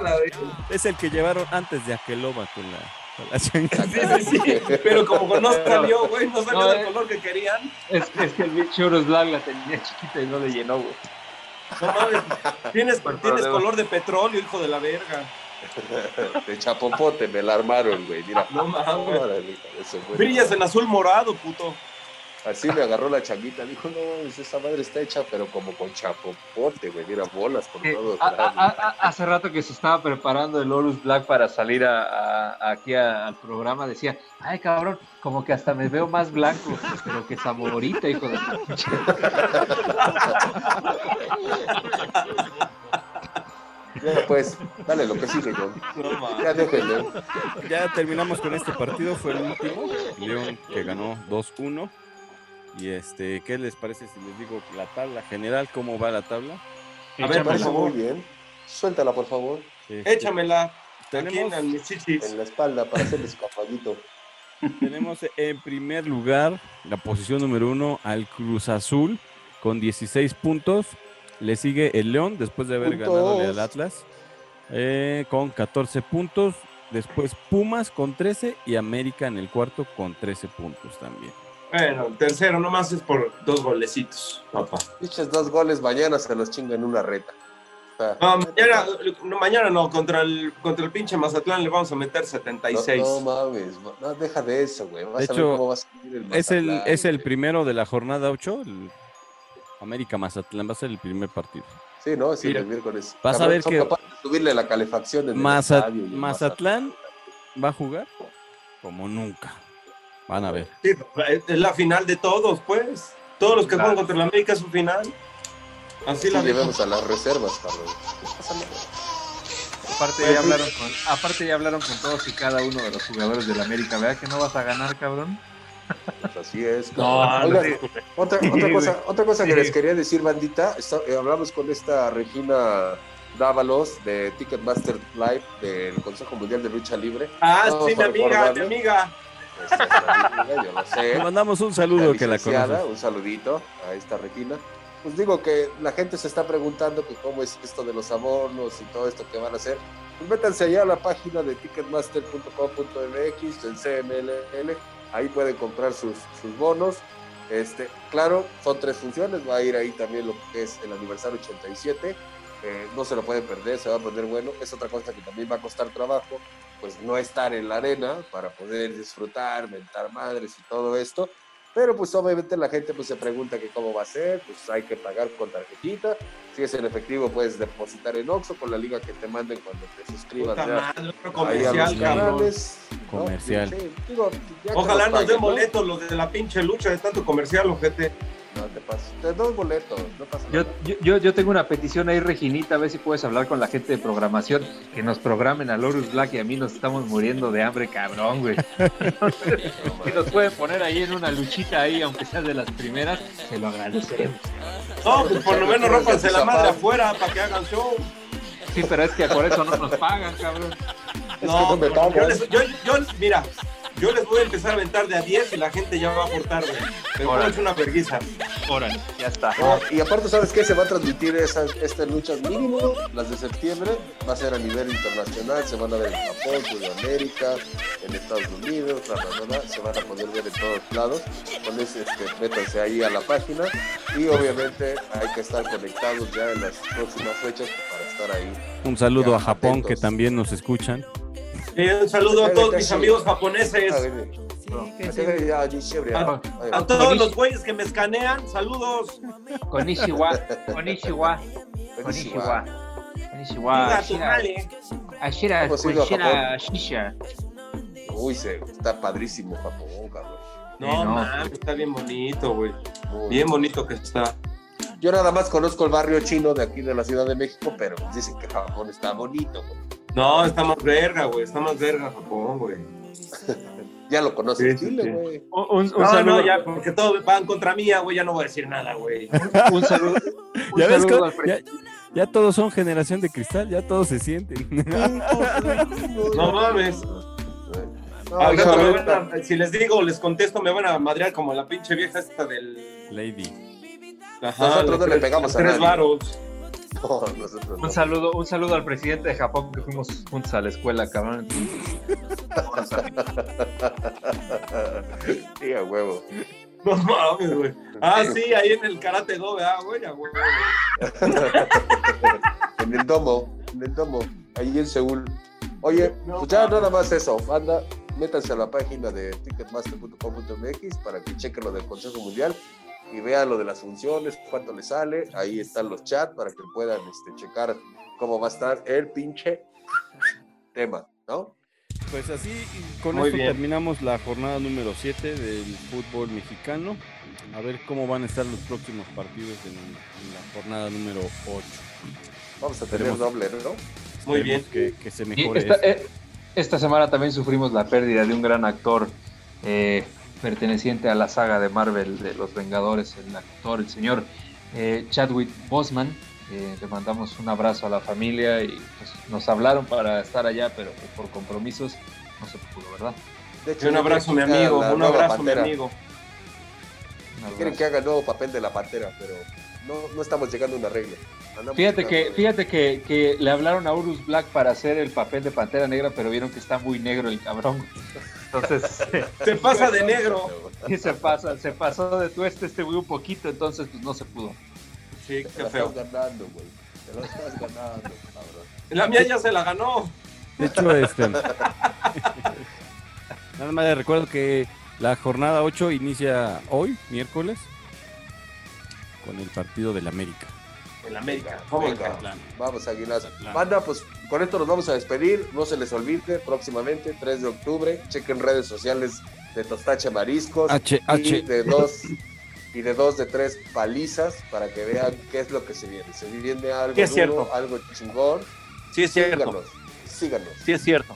S5: es el que llevaron antes de Aqueloba con la, con la chancla.
S6: Sí, sí, sí. Pero como no salió, güey, no salió
S4: No,
S6: del
S4: eh.
S6: color que querían.
S4: Es, es que el bicho Horus Black la tenía chiquita y no le llenó, güey.
S6: No mames, tienes,
S4: Por
S6: tienes
S4: problema.
S6: color de petróleo, hijo de la verga.
S2: De chapopote me la armaron, güey. Mira.
S6: No mames.
S2: Órale, hijo de su güey.
S6: Brillas en azul morado, puto.
S2: Así me agarró la changuita. Dijo, no, pues, esa madre está hecha, pero como con chapopote, güey. Mira, bolas por
S4: Eh,
S2: todos
S4: a-
S6: ah,
S2: lados.
S4: a- a- hace rato que se estaba preparando el Horus Black para salir a- a- aquí a- al programa, decía, ay cabrón, como que hasta me veo más blanco, pero que saborita, hijo de su pinche".
S2: Ya, pues, dale lo que sigue, John.
S6: No mames.
S2: Ya déjenlo.
S5: Ya terminamos con este partido, fue el último. León que ganó 2-1. Y este, ¿qué les parece si les digo la tabla general? ¿Cómo va la tabla?
S6: A
S2: Me
S6: ver, por
S2: parece muy
S6: favor.
S2: bien. Suéltala, por favor.
S5: Este,
S6: Échamela. Aquí
S5: Tenemos-
S6: en mis chichis.
S2: En la espalda para hacerles caballito.
S5: Tenemos en primer lugar la posición número uno al Cruz Azul con 16 puntos. Le sigue el León después de haber
S2: Puntos.
S5: ganado al Atlas eh, con 14 puntos. Después Pumas con 13 y América en el cuarto con 13 puntos también.
S6: Bueno, tercero, nomás es por dos golecitos, papá.
S2: Dichos dos goles mañana se los chingan en una reta. O sea,
S6: No, mañana no, mañana no, contra el, contra el pinche Mazatlán le vamos a meter 76.
S2: No, no mames, ma- no, deja de eso, güey. Vas
S5: De
S2: a
S5: hecho,
S2: ver cómo va a salir el
S5: Es el,
S2: Mazatlán,
S5: es el
S2: güey.
S5: primero de la jornada 8. América Mazatlán va a ser el primer partido.
S2: Sí, no, es
S5: Mira.
S2: el miércoles.
S5: Vas a
S2: Cabrón,
S5: ver
S2: son
S5: que-
S2: capaces de subirle la calefacción en el
S5: Mazat-
S2: estadio, güey,
S5: Mazatlán va a jugar como nunca. Van a ver.
S6: Sí, papá, es es la final de todos, pues. Todos los que
S4: Claro.
S6: juegan contra el América es su final. Así
S2: Sí,
S6: la dejo.
S2: llevemos a las reservas, cabrón. ¿Qué pasa, güey?
S4: Aparte ya, hablaron con, aparte ya hablaron con todos y cada uno de los jugadores del América. ¿Verdad que no vas a ganar, cabrón?
S2: Pues así es.
S4: No,
S2: cabrón.
S4: no,
S2: Oigan, otra, otra
S4: Sí,
S2: cosa, otra cosa que
S4: Sí.
S2: les quería decir, bandita, está- eh, hablamos con esta Regina Dávalos de Ticketmaster Live del Consejo Mundial de Lucha Libre.
S6: Ah,
S2: Vamos
S6: sí, mi
S2: a
S6: amiga, mi
S2: recordarle.
S6: amiga.
S2: Es nuestra amiga, yo lo sé.
S5: Le mandamos un
S2: la
S5: saludo que la
S2: licenciada,
S5: conoce.
S2: Un saludito a esta Regina. Pues digo que la gente se está preguntando que cómo es esto de los abonos y todo esto que van a hacer. Pues métanse allá a la página de ticketmaster.com.mx, en CMLL, ahí pueden comprar sus, sus bonos. Este, claro, son tres funciones, va a ir ahí también lo que es el aniversario 87, eh, no se lo pueden perder, se va a poner bueno, es otra cosa que también va a costar trabajo, pues no estar en la arena para poder disfrutar, mentar madres y todo esto, pero pues obviamente la gente pues se pregunta que cómo va a ser, pues hay que pagar con tarjetita, si es en efectivo puedes depositar en Oxxo con la liga que te manden cuando te suscribas
S6: Puta
S2: ya
S6: madre, otro
S2: ahí a los
S6: comercial, cabrón.
S2: canales, ¿no?
S5: Comercial.
S2: Sí, digo, ya que
S6: Ojalá nos
S2: paguen,
S6: den
S2: ¿no?
S6: boletos los de la pinche lucha de tanto comercial, ojete.
S2: No te pases, te doy boletos, no pasa
S4: Yo,
S2: nada.
S4: yo- yo, yo tengo una petición ahí, Reginita, a ver si puedes hablar con la gente de programación. Que nos programen a Lorus Black y a mí nos estamos muriendo de hambre, cabrón, güey. Si nos pueden poner ahí en una luchita ahí, aunque sea de las primeras, se lo agradecemos.
S6: No, pues por lo menos rópanse la madre
S2: Zapato.
S6: afuera para que hagan show.
S4: Sí, pero es que por eso no nos pagan, cabrón.
S2: que no me
S6: yo,
S2: pagan.
S6: les- yo, yo- mira, yo les voy a empezar a aventar de a 10 y la gente ya va a aportar, güey. Pero
S4: Órale.
S6: es una vergüenza.
S4: Órale, ya está.
S2: No, Ah, y aparte, ¿sabes qué? Se va a transmitir esas, estas luchas mínimo, las de septiembre, va a ser a nivel internacional, se van a ver en Japón, Sudamérica, en Estados Unidos, la se van a poder ver en todos lados. Entonces, este, métanse ahí a la página y obviamente hay que estar conectados ya en las próximas fechas para estar ahí.
S5: Un saludo a Japón
S2: Atentos.
S5: que también nos escuchan.
S6: Eh, un saludo a todos mis amigos japoneses.
S2: A ver, eh, ah, diciembre, ah, ahí
S6: A
S2: va.
S6: todos los güeyes que me escanean, saludos.
S4: Con Ishiwa, con Ishiwa, con Ishiwa.
S2: Konnichiwa.
S4: Con
S6: Diga
S4: Ishiwa.
S6: tu jale.
S4: Ashira,
S2: Hemos ido a
S4: Ashira, Shisha.
S2: Uy, se, está padrísimo Japón, cabrón.
S6: No,
S4: no.
S6: mames, está bien bonito, güey.
S2: Muy
S6: Bien bonito que está.
S2: Yo nada más conozco el barrio chino de aquí de la Ciudad de México, pero dicen que Japón está bonito. güey.
S6: No, está más verga, güey. Está más verga Japón, güey.
S2: Ya lo conoces,
S6: Sí, sí,
S2: Chile,
S6: sí.
S2: güey.
S4: Un, un
S6: No,
S4: saludo,
S6: no, ya, porque todos van contra mía, güey. Ya no voy a decir nada, güey.
S4: un saludo. un
S5: ¿Ya ves
S4: saludo
S5: cómo-
S4: al pre-
S5: ya, ya todos son generación de cristal, ya todos se sienten.
S6: No mames. Ah,
S2: No,
S6: Al
S2: ya
S6: rato me
S2: no,
S6: van a- si les digo, les contesto, me van a madrear como la pinche vieja esta del.
S5: Lady.
S6: Ajá,
S2: Nosotros
S6: los
S2: no le
S6: tres-
S2: pegamos
S6: los
S2: a
S6: Tres
S2: nadie.
S6: varos.
S2: no, nosotros no.
S4: Un saludo, un saludo al presidente de Japón que fuimos juntos a la escuela, cabrón.
S2: Sí, a huevo.
S6: No mames, güey. Ah, sí, ahí en el Karate Do, ¿verdad, güey? Ah, güey.
S2: En el domo, en el domo, ahí en Seúl. Oye, pues ya nada más eso, banda. Métanse a la página de ticketmaster.com.mx para que chequen lo del Consejo Mundial y vean lo de las funciones, cuánto les sale. Ahí están los chats para que puedan este, checar cómo va a estar el pinche tema, ¿no?
S5: Pues así, con
S6: Muy
S5: esto
S6: bien.
S5: terminamos la jornada número 7 del fútbol mexicano. A ver cómo van a estar los próximos partidos en, en la jornada número 8.
S2: Vamos a tener
S5: Esperemos.
S2: doble, ¿no?
S6: Muy bien.
S5: Que, que se
S4: Y
S5: mejore.
S4: esta,
S5: esto.
S4: eh, esta semana también sufrimos la pérdida de un gran actor eh, perteneciente a la saga de Marvel de los Vengadores, el actor, el señor eh, Chadwick Boseman, Eh, le mandamos un abrazo a la familia y pues, nos hablaron para estar allá, pero pues, por compromisos no se pudo, ¿verdad?
S2: De
S6: un
S2: yo
S6: abrazo, mi
S2: creo que quita
S6: amigo,
S2: la
S6: un
S2: nueva
S6: abrazo, mi
S2: Pantera.
S6: amigo.
S2: Quieren que haga nuevo papel de la pantera, pero no, no estamos llegando a un arreglo. Andamos
S4: Fíjate
S2: tratando
S4: que,
S2: de-
S4: fíjate que, que le hablaron a Urus Black para hacer el papel de Pantera Negra, pero vieron que está muy negro el cabrón. Entonces
S6: Se pasa de negro.
S4: y se pasa, se pasó de tueste este güey un poquito, entonces pues no se pudo.
S6: Sí,
S2: Te
S6: qué
S2: la
S6: feo.
S2: estás ganando, güey. Te la estás ganando, cabrón.
S6: La mía ya se la ganó.
S5: De hecho, este. Nada más les recuerdo que la jornada 8 inicia hoy, miércoles, con el partido del América.
S6: El América. ¿Cómo
S2: Venga, vamos, Aguilazo. Banda, pues con esto nos vamos a despedir. No se les olvide, próximamente, 3 de octubre, chequen redes sociales de Tostache Mariscos
S5: H, H.
S2: y de dos y de dos de tres palizas para que vean qué es lo que se viene. Se viene algo
S6: Sí, es
S2: duro,
S6: cierto.
S2: algo chingón.
S6: Sí, es cierto.
S2: Síganos, síganos.
S6: Sí, es cierto.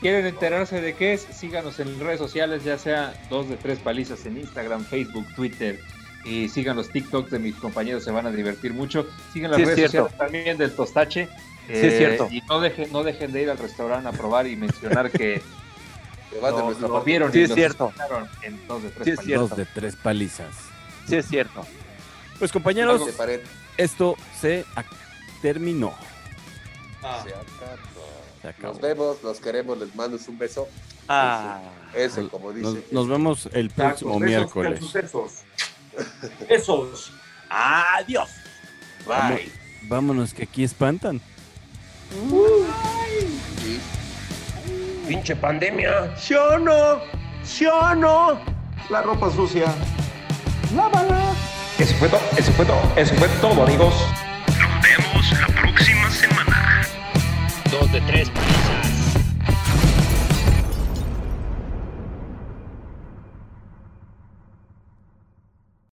S4: ¿Quieren enterarse de qué es? Síganos en redes sociales, ya sea dos de tres palizas en Instagram, Facebook, Twitter. Y sigan los TikToks de mis compañeros, se van a divertir mucho. Sigan las
S6: Sí, es
S4: redes
S6: cierto.
S4: sociales también del Tostache. Eh,
S6: Sí, es cierto.
S4: Y no dejen, no dejen de ir al restaurante a probar y mencionar que
S2: Que van de
S4: lo,
S2: nuestra
S4: lo
S2: parte.
S4: vieron
S6: Sí,
S4: y
S6: es
S4: los
S6: cierto.
S4: escucharon en dos de tres
S6: Sí, es
S4: palizas.
S6: Cierto.
S5: Dos de tres palizas.
S6: Sí, es cierto.
S5: Pues compañeros,
S2: Se paren-
S5: esto se ac- terminó.
S6: Ah,
S2: se acabó.
S5: Se acabó.
S2: Nos vemos, los queremos, les mando un beso.
S6: ah.
S2: Ese, como dice.
S5: Nos, nos vemos el próximo
S6: Tacos, besos,
S5: miércoles.
S6: tacos, Besos. Besos. Adiós.
S5: Vamos. Vámonos que aquí espantan.
S12: Pinche pandemia.
S13: ¿Sí o no? ¿Sí o no? La ropa sucia. Lávala.
S12: Eso fue todo, eso fue todo, eso fue todo, amigos.